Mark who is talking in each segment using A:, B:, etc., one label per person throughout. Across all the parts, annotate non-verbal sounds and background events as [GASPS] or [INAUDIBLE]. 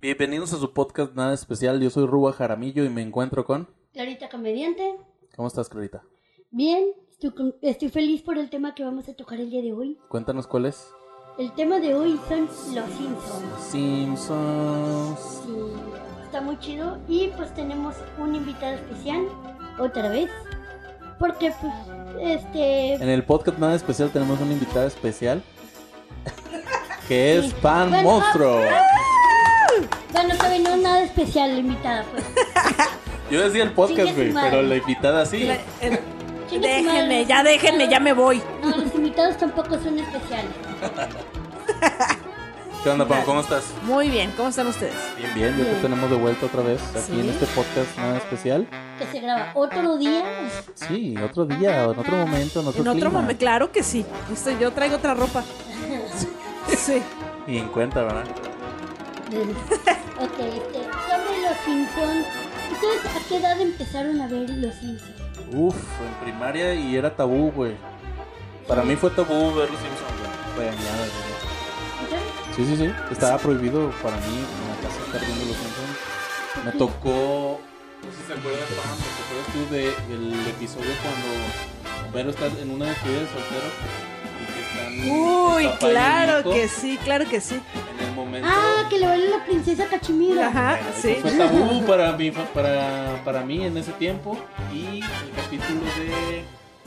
A: Bienvenidos a su podcast Nada Especial. Yo soy Ruba Jaramillo y me encuentro con.
B: Clarita Comediante.
A: ¿Cómo estás, Clarita?
B: Bien, estoy, con- estoy feliz por el tema que vamos a tocar el día de hoy.
A: Cuéntanos cuál es.
B: El tema de hoy son los Simpsons.
A: Simpsons.
B: Sí, está muy chido. Y pues tenemos un invitado especial, otra vez. Porque pues, este...
A: En el podcast Nada Especial tenemos una invitada especial. [LAUGHS] que es
B: Sí.
A: Pan
B: Bueno,
A: Monstruo.
B: Bueno, todavía no es nada especial la invitada, pues.
A: Yo decía el
B: Chingue
A: podcast,
B: su
A: güey,
B: madre.
A: pero la invitada sí.
C: La- eh, [LAUGHS]
B: Chingue su madre,
C: Déjenme,
B: los
C: ya déjenme, ya me voy.
B: invitados- No, los invitados tampoco son especiales.
A: ¿Qué onda, Pan? ¿Cómo estás?
C: Muy bien, ¿cómo están ustedes?
A: Bien, bien. Ya te
B: Bien.
A: tenemos de vuelta otra vez aquí
C: Sí.
A: en este podcast Nada Especial.
B: Que se graba
C: Ah,
B: otro día.
A: Sí, otro día, en otro momento, en otro,
C: en otro
A: clima.
C: momento, claro que sí. Estoy- yo traigo
A: [LAUGHS]
C: otra ropa. Sí.
A: Y en cuenta, ¿verdad?
B: ok, este, sobre los Simpsons. ¿Ustedes a qué edad empezaron a ver los Simpsons?
A: Uf, en primaria y era tabú, güey. Para mí fue tabú ver los Simpsons, güey. Regañada, güey.
B: ¿Entonces?
A: Sí, sí, sí. Estaba prohibido para mí en la casa estar viendo los Simpsons. Me tocó. No sé si se acuerdas, Pam, te acuerdas tú de- del episodio cuando Vero está en una despedida de soltero. Y que están. el
C: Uy,
A: papá y el
C: claro
A: hijo
C: que sí, claro que sí.
A: En el momento.
B: Ah, que le vale la princesa Cachimira.
C: Ajá,
A: Bueno, eso
C: Ah, sí.
A: Fue tabú para mí, para, para mí en ese tiempo. Y el capítulo de. El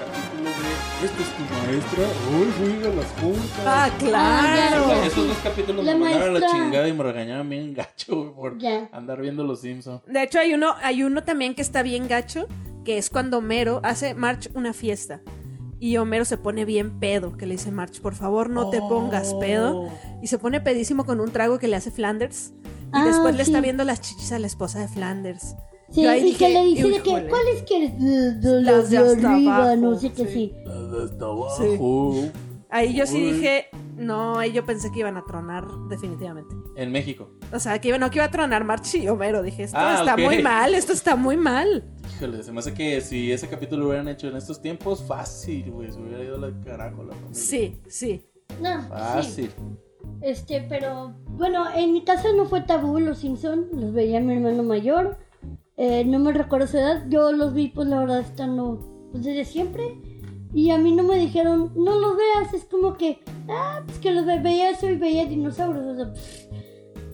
A: capítulo de. Esta es tu maestra. Hoy juega las juntas.
C: Ah,
B: claro.
C: claro.
A: Esos dos capítulos
B: La
A: me mandaron a la
B: maestra.
A: chingada y me regañaban bien gacho güey, por
B: Ya.
A: andar viendo los Simpsons.
C: De hecho, hay uno, hay uno también que está bien gacho, que es cuando Homero hace March una fiesta. Y Homero se pone bien pedo, que le dice March, por favor, no te pongas pedo. Y se pone pedísimo con un trago que le hace Flanders. Y
B: Ah,
C: después le
B: sí.
C: está viendo las chichis a la esposa de Flanders.
B: Sí,
C: Yo ahí
B: y
C: dije,
B: que le dice de que,
C: "Híjole".
B: ¿cuáles quieres? De, de
C: Las
B: las de
C: de hasta
B: arriba,
C: abajo,
B: no sé qué
C: sí.
B: sí.
A: Nada hasta
C: Sí.
A: abajo.
C: Ahí yo sí
A: Uy.
C: dije, no, ahí yo pensé que iban a tronar definitivamente.
A: En México.
C: O sea, que iba, no, que iba a tronar Marchi y Homero. Dije, esto
A: Ah,
C: está
A: ok.
C: muy mal, esto está muy mal.
A: Híjole, se me hace que si ese capítulo lo hubieran hecho en estos tiempos, fácil, güey. Se hubiera ido la carajo la familia.
C: Sí, sí.
B: No, sí.
A: Fácil.
B: Este, pero bueno, en mi casa no fue tabú los Simpsons, los veía mi hermano mayor. Eh, no me recuerdo su edad, yo los vi, pues la verdad, estando pues, desde siempre. Y a mí no me dijeron, no los veas, es como que, ah, pues que los ve- veía eso y veía dinosaurios. o sea, pues, pff,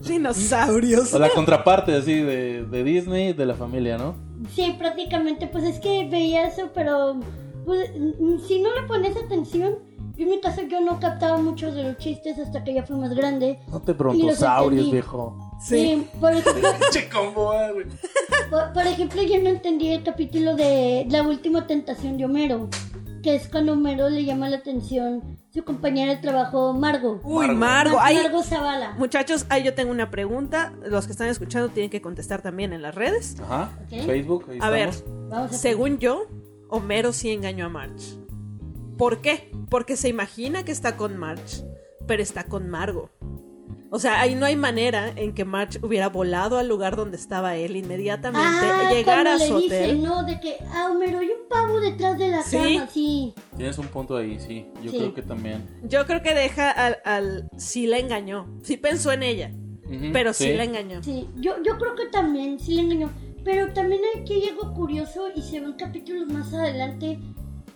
C: Dinosaurios.
A: O la contraparte así de, de Disney, de la familia, ¿no?
B: sí, prácticamente, pues es que veía eso, pero pues, mm, si no le pones atención, yo en mi caso yo no captaba muchos de los chistes hasta que ya fui más grande.
A: No te brontosaurios,
B: entendí.
A: viejo.
C: Sí.
B: Y, por ejemplo,
A: Che, combo, ah, güey.
B: [LAUGHS] Por, por ejemplo, yo no entendí el capítulo de La última tentación de Homero, que es cuando Homero le llama la atención su compañera de trabajo, Margo.
C: Uy,
A: Margo.
C: Margo. Ahí,
B: Margo Zavala.
C: muchachos, ahí yo tengo una pregunta. Los que están escuchando tienen que contestar también en las redes.
A: Ajá.
B: Ok.
A: Facebook, ahí
C: A ver,
A: estamos.
B: Vamos a
C: según yo, Homero sí engañó a March. ¿Por qué? Porque se imagina que está con March, pero está con Margo. O sea, ahí no hay manera en que March hubiera volado al lugar donde estaba él inmediatamente,
B: Ah,
C: llegar
B: cuando
C: a
B: le
C: su
B: dice,
C: hotel.
B: ¿no? De que, ah, Homero, hay un pavo detrás de la
C: Sí.
B: cama, sí.
A: Tienes un punto ahí, sí. Yo
B: Sí.
A: creo que también.
C: Yo creo que deja al, al- sí la engañó, sí pensó en ella,
A: Ujú,
C: pero sí, la engañó.
B: Sí, yo, yo creo que también, sí le engañó. Pero también aquí hay algo curioso y se ven capítulos más adelante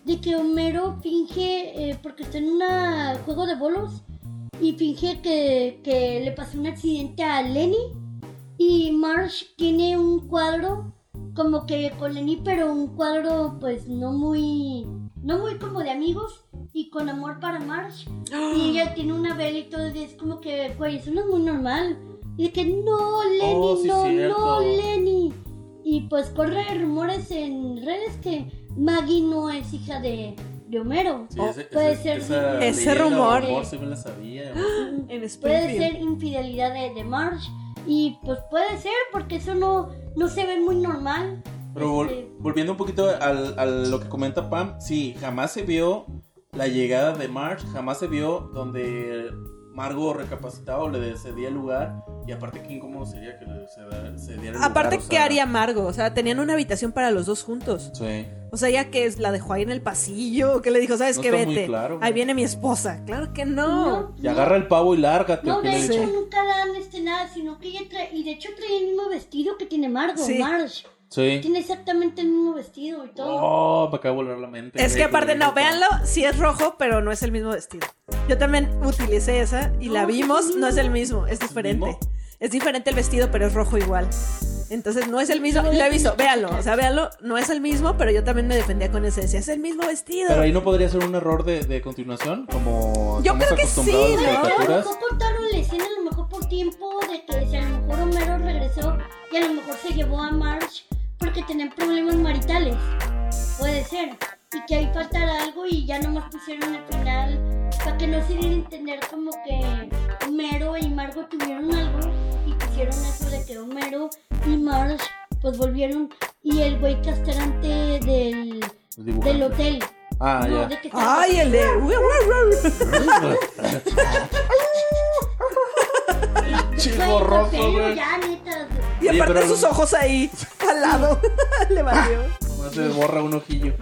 B: de que Homero finge, eh, porque está en un juego de bolos, y finge que, que le pasó un accidente a Lenny. Y Marsh tiene un cuadro como que con Lenny, pero un cuadro pues no muy, no muy como de amigos y con amor para Marsh.
A: [GASPS]
B: Y ella tiene una vela y todo, y es como que, güey, eso no es muy normal. Y de que, no, Lenny,
A: Oh, sí,
B: no,
A: cierto.
B: no, Lenny. Y pues corre rumores en redes que Maggie no es hija de, de Homero. Oh,
A: Sí, ese,
B: puede
A: ese-
B: ser
A: esa
C: Ese
A: leyenda o
C: rumor.
A: rumor sí me la sabía.
B: [GASPS]
A: güey.
C: En
B: Puede
C: Springfield.
B: ser infidelidad de, de Marge. Y pues puede ser, porque eso no, no se ve muy normal.
A: Pero vol-
B: Este,
A: volviendo un poquito al- a lo que comenta Pam, sí, jamás se vio la llegada de Marge, jamás se vio donde Margo recapacitado le cedía el lugar Y aparte, qué incómodo sería que se, da- se diera el
C: Aparte,
A: lugar, o
C: ¿qué
A: sea,
C: haría Margo? O sea, tenían una habitación para los dos juntos.
A: Sí.
C: O sea, ya que es la dejó ahí en el pasillo, que le dijo, ¿sabes
A: No
C: qué?
A: está muy
C: Vete.
A: claro, güey.
C: ahí viene mi esposa. Claro que no.
A: Y agarra el pavo y lárgate.
B: No,
A: ¿qué le
B: de
A: he
B: hecho
A: dicho?
B: nunca dan este nada, sino que ella trae, y de hecho trae el mismo vestido que tiene Margo,
C: Sí.
B: Marge.
A: Sí.
B: Tiene exactamente el mismo vestido y todo.
A: Oh, me acaba de volar la mente.
C: Es que
A: güey,
C: aparte,
A: le
C: no,
A: gusta.
C: véanlo, sí es rojo, pero no es el mismo vestido. Yo también utilicé esa y la
B: No,
C: vimos,
B: es el
C: no es el
B: mismo.
C: mismo, es
A: el
C: diferente.
A: mismo?
C: Es diferente el vestido, pero es rojo igual. Entonces no es el mismo,
B: Lo
C: lo
B: voy a
C: he visto,
B: tener que
C: véanlo,
B: checar.
C: o sea, véanlo, no es el mismo, pero yo también me defendía con ese, decía, es el mismo vestido.
A: Pero ahí no podría ser un error de, de continuación, como
C: Yo
A: estamos
C: creo que
A: acostumbrados
C: sí,
A: a las
C: ¿no?
B: A lo
A: caricaturas.
B: mejor cortaron la escena, a lo mejor por tiempo, de que si a lo mejor Homero regresó y a lo mejor se llevó a Marge porque tenían problemas maritales. Puede ser. Y que ahí faltara algo y ya nomás pusieron el final para que no se diera a entender como que Homero y Margo tuvieron algo y pusieron eso de que Homero y Marge pues volvieron y el güey castrante del,
A: Los
B: del
A: dibujantes.
B: hotel.
A: Ah,
B: No,
A: ya.
B: de que estaba-
C: Ay, el de...
A: [LAUGHS]
B: Güey,
A: Chigorroso,
B: pero
A: güey.
B: Ya, neta.
C: Y
A: Oye,
C: aparte
A: pero- Ah.
C: sus ojos ahí, al lado, [LAUGHS] le valió.
A: Nomás se borra un ojillo.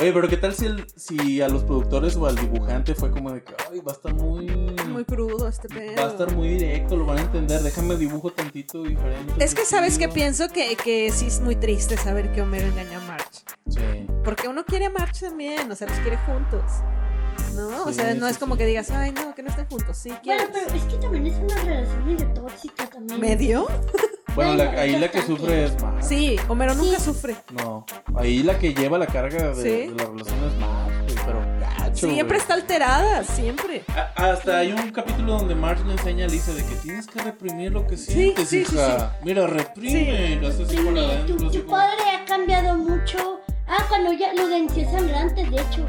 A: Oye, pero ¿qué tal si, el- si a los productores o al dibujante fue como de que, ay, va a estar muy.
C: Muy crudo este pedo.
A: Va a estar muy directo, lo van a entender. Déjame dibujo tantito diferente.
C: Es que sabes que
A: qué chido.
C: pienso que, que sí es muy triste saber que Homero engaña a March.
A: Sí.
C: Porque uno quiere a March también, o sea, los quiere juntos. ¿No? o
A: Sí,
C: sea, no
A: sí,
C: es como
A: sí.
C: que digas, ay, no, que no estén juntos. Sí,
B: Bueno,
C: quiero.
B: pero es que también es una relación medio tóxica también.
C: ¿Medio?
A: Bueno, la-
B: Bueno,
A: ahí la que
B: bastante.
A: sufre es más.
C: Sí, Homero nunca sufre.
A: No, ahí la que lleva la carga de,
C: Sí.
A: de la relación es más, güey, pero gacho.
C: Siempre
A: güey.
C: está alterada, siempre.
A: A- Hasta hay un capítulo donde Marge le enseña a Lisa de que tienes que reprimir lo que sientes,
C: sí, sí,
A: hija. Mira, reprime, lo haces así por
B: Dime,
A: adentro,
B: tu,
A: así
B: tu
A: como-
B: padre ha cambiado mucho. Ah, cuando ya lo de encías sangrantes, de hecho.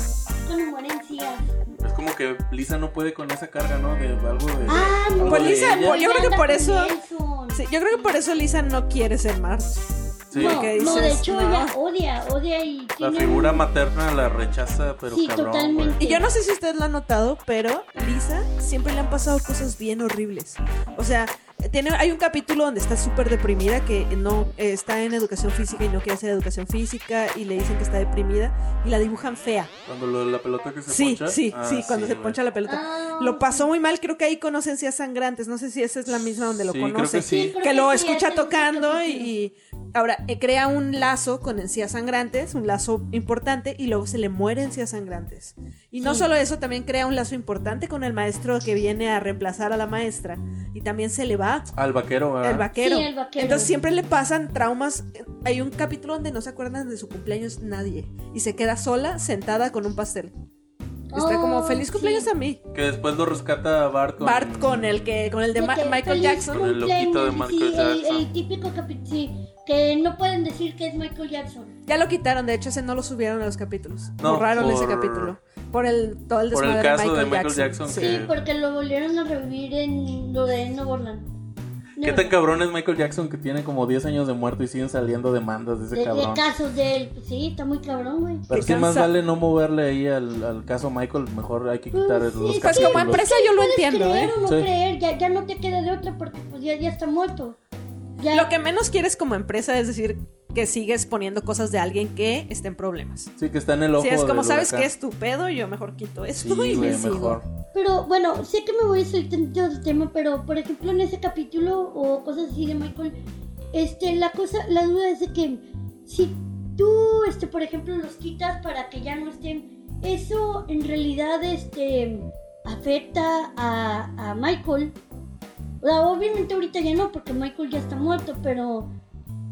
B: Cuando muere encías.
A: Es como que Lisa no puede con esa carga, ¿no? De algo de.
B: Ah, no.
A: algo
C: Pues
A: de
C: Lisa,
A: ella.
C: pues yo- creo que por
B: Anda
C: eso-
B: con Nelson.
C: Sí, yo creo que por eso Lisa no quiere ser March.
A: Sí.
B: No,
C: porque
B: no, de
C: dices,
B: hecho
C: no.
B: ella odia, odia y
A: La
B: tiene...
A: figura materna la rechaza, pero
B: Sí,
A: cabrón.
B: totalmente.
A: güey.
C: Y yo no sé si usted lo ha notado, pero Lisa siempre le han pasado cosas bien horribles. O sea, tiene, hay un capítulo donde está súper deprimida, que no eh, está en educación física y no quiere hacer educación física, y le dicen que está deprimida, y la dibujan fea.
A: Cuando lo de la pelota que se
C: Sí,
A: poncha.
C: sí,
A: Ah,
C: sí, cuando se
A: güey.
C: poncha la pelota.
B: Ah,
C: Lo pasó muy mal, creo que ahí conocen si sangrantes, no sé si esa es la misma donde lo
A: Sí, creo que
C: conoce.
A: sí.
B: creo
C: Que lo
B: sí,
C: escucha
B: ese es el
C: tocando y,
B: capítulo.
C: y ahora eh, crea un lazo con encías sangrantes, un lazo importante, y luego se le muere encías sangrantes. Y no
B: Sí.
C: solo eso, también crea un lazo importante con el maestro que viene a reemplazar a la maestra. Y también se le va
A: Al vaquero, ¿verdad?
C: el vaquero.
B: Ah. Sí, el vaquero.
C: Entonces siempre le pasan traumas. Hay un capítulo donde no se acuerdan de su cumpleaños nadie. Y se queda sola, sentada con un pastel. Está
B: Oh,
C: como feliz cumpleaños
B: sí.
C: a mí.
A: Que después lo rescata Bart con.
C: Bart con el que con el de,
B: De
C: Ma-
B: que
C: Michael
B: feliz
C: Jackson.
A: Con el loquito de
B: cumpleaños,
A: Michael
B: sí, el-
A: Jackson.
B: El, típico capítulo, sí, que no pueden decir que es Michael Jackson.
C: Ya lo quitaron, de hecho ese no lo subieron a los capítulos.
A: No,
C: Borraron ese
A: por-
C: capítulo. Por el todo el
A: por el
C: desmadre
A: caso
C: de, Michael
A: Jackson,
B: Sí,
C: Sí.
A: que-
B: porque lo volvieron a revivir en lo de Neverland.
A: ¿Qué tan cabrón es Michael Jackson que tiene como 10 años de muerto y siguen saliendo demandas de ese
B: de, de
A: cabrón?
B: casos de él. Pues Sí, está muy cabrón, güey.
A: Pero
C: Qué
A: sí más
C: cansa-
A: vale no moverle ahí al, al caso Michael, mejor hay que quitar
B: Pues sí,
A: los
B: sí,
C: Pues como
A: capítulos.
C: empresa yo lo
B: Puedes
C: entiendo,
B: creer
C: ¿eh?
B: o no
A: Sí.
B: creer, ya, ya no te queda de otra porque pues ya, ya está muerto. Ya,
C: Lo que menos quieres como empresa es decir que sigues poniendo cosas de alguien que esté en problemas.
A: Sí, que está en el ojo
C: Si es como
A: del
C: sabes que
A: huracán.
C: es tu pedo, yo mejor quito
A: Sí,
C: esto y
A: güey,
C: le sigo.
A: mejor.
B: Pero bueno, sé que me voy a salir tantito del tema, pero por ejemplo en ese capítulo o cosas así de Michael, este, la cosa, la duda es de que si tú, este, por ejemplo, los quitas para que ya no estén, eso en realidad, este, afecta a, a Michael. O sea, obviamente ahorita ya no, porque Michael ya está muerto, pero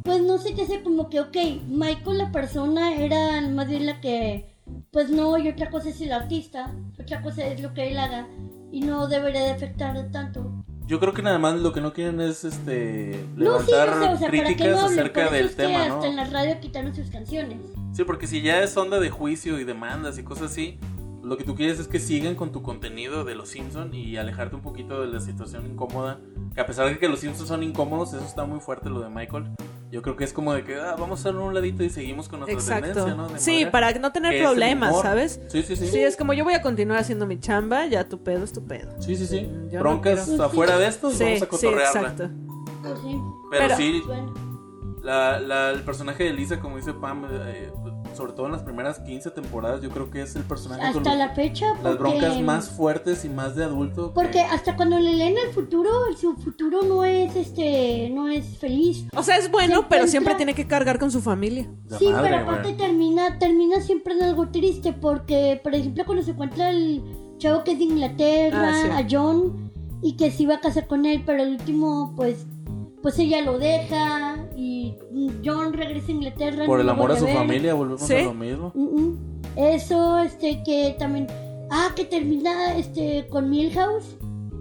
B: pues no sé qué hace como que, ok, Michael la persona era más bien la que, pues no, y otra cosa es el artista, otra cosa es lo que él haga, y no debería de afectar tanto.
A: Yo creo que nada más lo que no quieren es este
B: No, sí,
A: levantar
B: o sea, o sea, para que
A: críticas
B: no hablen,
A: acerca
B: por eso
A: del
B: es que
A: tema,
B: hasta en
A: ¿no?
B: la radio quitaron sus canciones.
A: Sí, porque si ya es onda de juicio y demandas y cosas así, lo que tú quieres es que sigan con tu contenido de los Simpson y alejarte un poquito de la situación incómoda. Que a pesar de que los Simpsons son incómodos, eso está muy fuerte lo de Michael. Yo creo que es como de que ah, vamos a hacerlo a un ladito y seguimos con nuestra
C: Exacto.
A: tendencia, ¿no? De
C: sí,
A: madre.
C: para no
A: Que
C: tener
A: es el
C: problemas,
A: humor.
C: ¿sabes?
A: Sí, sí, sí.
C: Sí, es como yo voy a continuar haciendo mi chamba, ya tu pedo es tu pedo.
A: Sí, sí, sí.
C: Mm, Yo no
A: Broncas [LAUGHS]
B: quiero.
A: afuera de esto y
C: Sí,
A: Pues vamos a
C: sí,
A: cotorrearla.
C: exacto.
B: Pues sí.
A: Pero,
C: Pero-
A: sí,
B: pues, Bueno,
A: la- la- el personaje de Lisa, como dice Pam, eh, sobre todo en las primeras 15 temporadas, yo creo que es el personaje con
B: hasta
A: los-
B: la fecha. Porque,
A: las broncas más fuertes y más de adulto. que-
B: Porque hasta cuando le leen el futuro, su futuro no es este, no es feliz.
C: O sea, es bueno,
B: Se
C: pero
B: encuentra-
C: siempre tiene que cargar con su familia.
A: La
B: sí,
A: madre,
B: pero aparte
A: güey.
B: termina, termina siempre en algo triste porque, por ejemplo, cuando se encuentra el chavo que es de Inglaterra,
C: Ah, sí.
B: a John, y que se iba a casar con él, pero al último, pues, pues ella lo deja y John regresa a Inglaterra.
A: Por
B: no
A: el
B: lo
A: amor a su
B: vuelve ver.
A: familia, volvemos
C: Sí.
A: a lo mismo.
B: Mm, mm. Eso, este, que también, ah, que termina, este, con Milhouse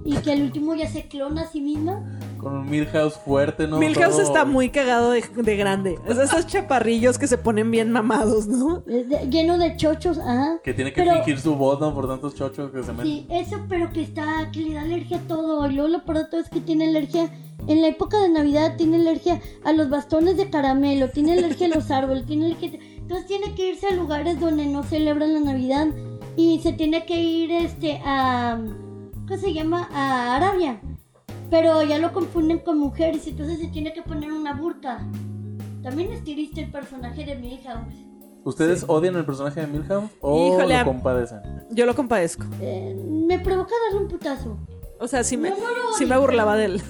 B: y que al último ya se clona a sí misma.
A: Con un Milhouse fuerte, ¿no?
C: Milhouse
A: Todo-
C: está muy cagado de, de grande. O sea, esos chaparrillos que se ponen bien mamados, ¿no?
B: eh, de- lleno de chochos, ajá.
A: Que tiene que
B: Pero-
A: fingir su voz, ¿no? Por tantos chochos que se meten.
B: Sí, eso, pero que está, que le da alergia a todo. Y luego lo peor de todo es que tiene alergia. En la época de Navidad tiene alergia a los bastones de caramelo, tiene alergia a los árboles, tiene alergia. Entonces tiene que irse a lugares donde no celebran la Navidad y se tiene que ir este a ¿cómo se llama? a Arabia. Pero ya lo confunden con mujeres, entonces se tiene que poner una burka. También es triste el personaje de mi hija. pues.
A: ¿Ustedes odian el personaje de Milhouse o
C: Híjole, a-
A: lo compadecen?
C: Yo lo compadezco.
B: Eh, me provoca darle un putazo.
C: O sea, sí me,
B: No, no, no,
C: sí me
B: ni-
C: burlaba de él.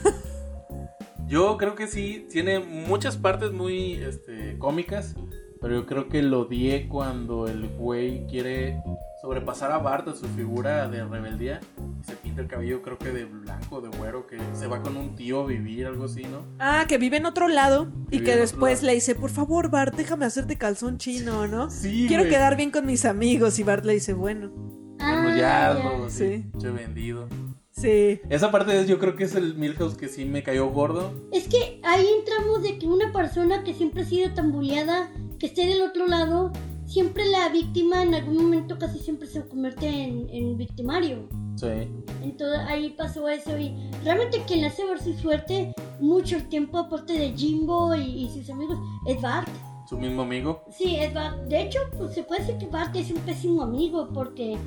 A: Yo creo que sí, tiene muchas partes muy este, cómicas, pero yo creo que lo odié cuando el güey quiere sobrepasar a Bart de su figura de rebeldía. Se pinta el cabello, creo que de blanco, de güero, que se va con un tío a vivir, algo así, ¿no?
C: Ah, que vive en otro lado y
A: Vive
C: que
A: en otro
C: después
A: lado.
C: le dice, por favor, Bart, déjame hacerte calzón chino, ¿no?
A: Sí,
C: Quiero
A: güey.
C: quedar bien con mis amigos. Y Bart le dice, bueno,
A: Bueno, pues ya,
B: Ah, ya.
A: no, sí.
C: Sí.
A: pinche vendido.
C: sí.
A: Esa parte es- yo creo que es el Milhouse que sí me cayó gordo.
B: Es que ahí entramos de que una persona que siempre ha sido tan bulleada, que esté del otro lado, siempre la víctima en algún momento casi siempre se convierte en, en victimario.
A: Sí.
B: Entonces ahí pasó eso y realmente quien le hace ver su suerte mucho el tiempo aparte de Jimbo y, y sus amigos es Bart.
A: Su mismo amigo.
B: Sí, es Bart. De hecho, pues se puede decir que Bart es un pésimo amigo porque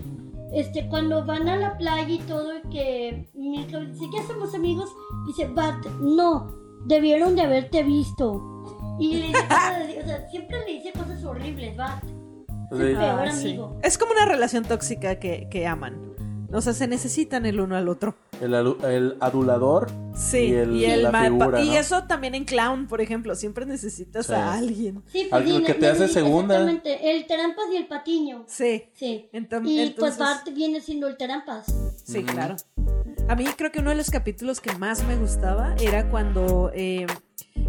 B: este, cuando van a la playa y todo, y que Milhouse dice, ya somos amigos, dice, Bart, no, debieron de haberte visto. Y le dice [LAUGHS] cosas, así, o sea, siempre le dice cosas horribles, Bart.
A: O sea,
B: Peor
C: Ah, sí.
B: amigo.
C: Es como una relación tóxica que, que aman. O sea, se necesitan el uno al otro.
A: el, alu- el adulador.
C: Sí,
A: Y el-
C: y, el
A: la
C: mal pa-
A: figura,
C: y
A: ¿no?
C: eso también en Clown, por ejemplo, siempre necesitas
A: Sí.
C: a alguien.
B: Sí, pues,
A: Al-
B: sí,
A: el que
B: ne-
A: te hace
B: necesita
A: segunda.
B: Exactamente, el Tarampas y el Patiño.
C: Sí,
B: Sí.
C: Entom-
B: y pues
C: entonces-
B: Bart viene siendo el Tarampas.
C: sí,
A: Mm.
C: claro. A mí creo que uno de los capítulos que más me gustaba era cuando eh,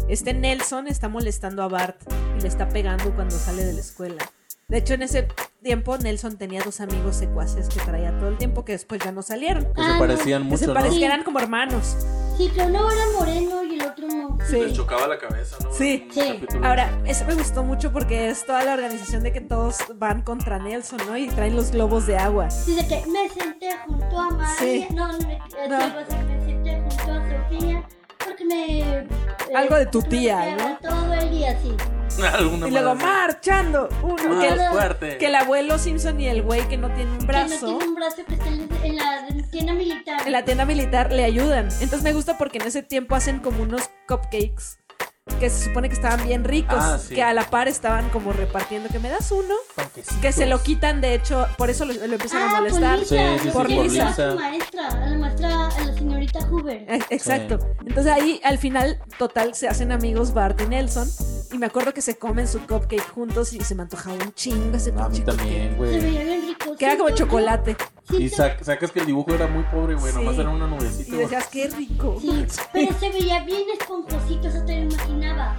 C: este Nelson está molestando a Bart y le está pegando cuando sale de la escuela. De hecho, en ese tiempo Nelson tenía dos amigos secuaces que traía todo el tiempo que después ya no salieron.
A: Que
B: Ah,
A: se
B: no.
A: parecían
C: Que se
A: mucho, ¿no?
C: parecían eran como hermanos.
B: Sí, que uno era moreno y el otro no.
C: Sí.
A: Les chocaba la cabeza, ¿no?
C: Sí.
A: Un
B: Sí.
A: capítulo.
C: Ahora, eso me gustó mucho porque es toda la organización de que todos van contra Nelson, ¿no? Y traen los globos de agua.
B: Dice que me senté junto a María.
C: Sí.
B: No, no, me, eh,
C: No.
B: algo así, me senté junto a Sofía. Porque me. eh,
C: Algo de tu tía,
B: bloqueaba
C: ¿no?
B: Todo el día así.
A: [LAUGHS] Alguna
C: y luego
A: madre.
C: marchando. Uno,
A: Más
C: que, el-
A: fuerte.
C: que el abuelo Simpson y el güey que no tiene un
B: Que no
C: brazo
B: tiene un brazo que está en, en la tienda militar.
C: en la tienda militar le ayudan. Entonces me gusta porque en ese tiempo hacen como unos cupcakes que se supone que estaban bien ricos,
A: Ah, sí.
C: que a la par estaban como repartiendo que me das uno, que se
A: pues.
C: lo quitan de hecho, por eso lo, lo empiezan a
B: Ah,
C: molestar.
A: Sí, sí, sí,
C: por
B: por Lisa.
A: Lisa.
B: A su maestra, a la maestra, a la señorita Hoover.
C: Eh, Exacto. Entonces ahí al final, total, se hacen amigos Bart y Nelson. Y me acuerdo que se comen su cupcake juntos y se me antojaba un chingo ese
A: A mí
C: pinche
A: también,
B: Se
A: güey.
B: veía bien rico.
C: cupcake. Que era como
B: Siento-
C: chocolate.
B: siento-
A: Y sac- sacas que el dibujo era muy pobre, güey.
C: Sí.
A: Nomás era una
C: Y
A: nubecita. güey.
C: decías, qué rico.
B: Sí, pero se veía bien esponjosito, eso te lo imaginabas.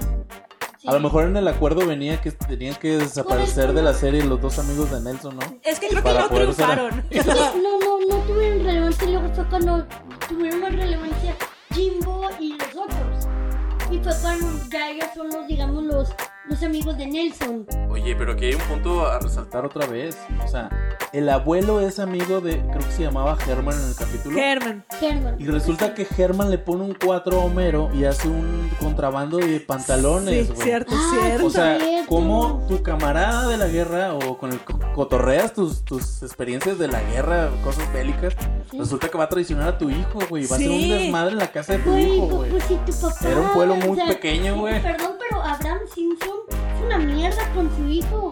B: Sí.
A: A lo mejor en el acuerdo venía que tenían que desaparecer de la serie los dos amigos de Nelson, ¿no?
C: Es que creo que
A: Para
C: no
A: poder ser-
C: triunfaron. [LAUGHS]
B: No, no, no tuvieron relevancia y luego fue cuando tuvieron más relevancia Jimbo y los otros. Y fue cuando ya ellos son los, digamos, los, los amigos de Nelson.
A: Oye, pero aquí hay un punto a resaltar otra vez. O sea, El abuelo es amigo de, creo que se llamaba Herman en el capítulo.
C: Herman.
B: Herman.
A: Y resulta que Herman le pone un 4 a Homero y hace un contrabando de pantalones,
C: Sí,
A: güey.
C: cierto,
B: Ah,
C: cierto.
A: O sea,
B: Cierto.
A: como tu camarada de la guerra o con el co- cotorreas tus, tus experiencias de la guerra, cosas bélicas,
B: Sí.
A: resulta que va a traicionar a tu hijo, güey. Va a
C: Sí.
A: ser un desmadre en la casa de tu
B: Güey,
A: hijo, güey.
B: pues si tu papá.
A: Era un pueblo muy
B: o sea,
A: pequeño, güey.
B: Perdón, pero Abraham Simpson es una mierda con su hijo.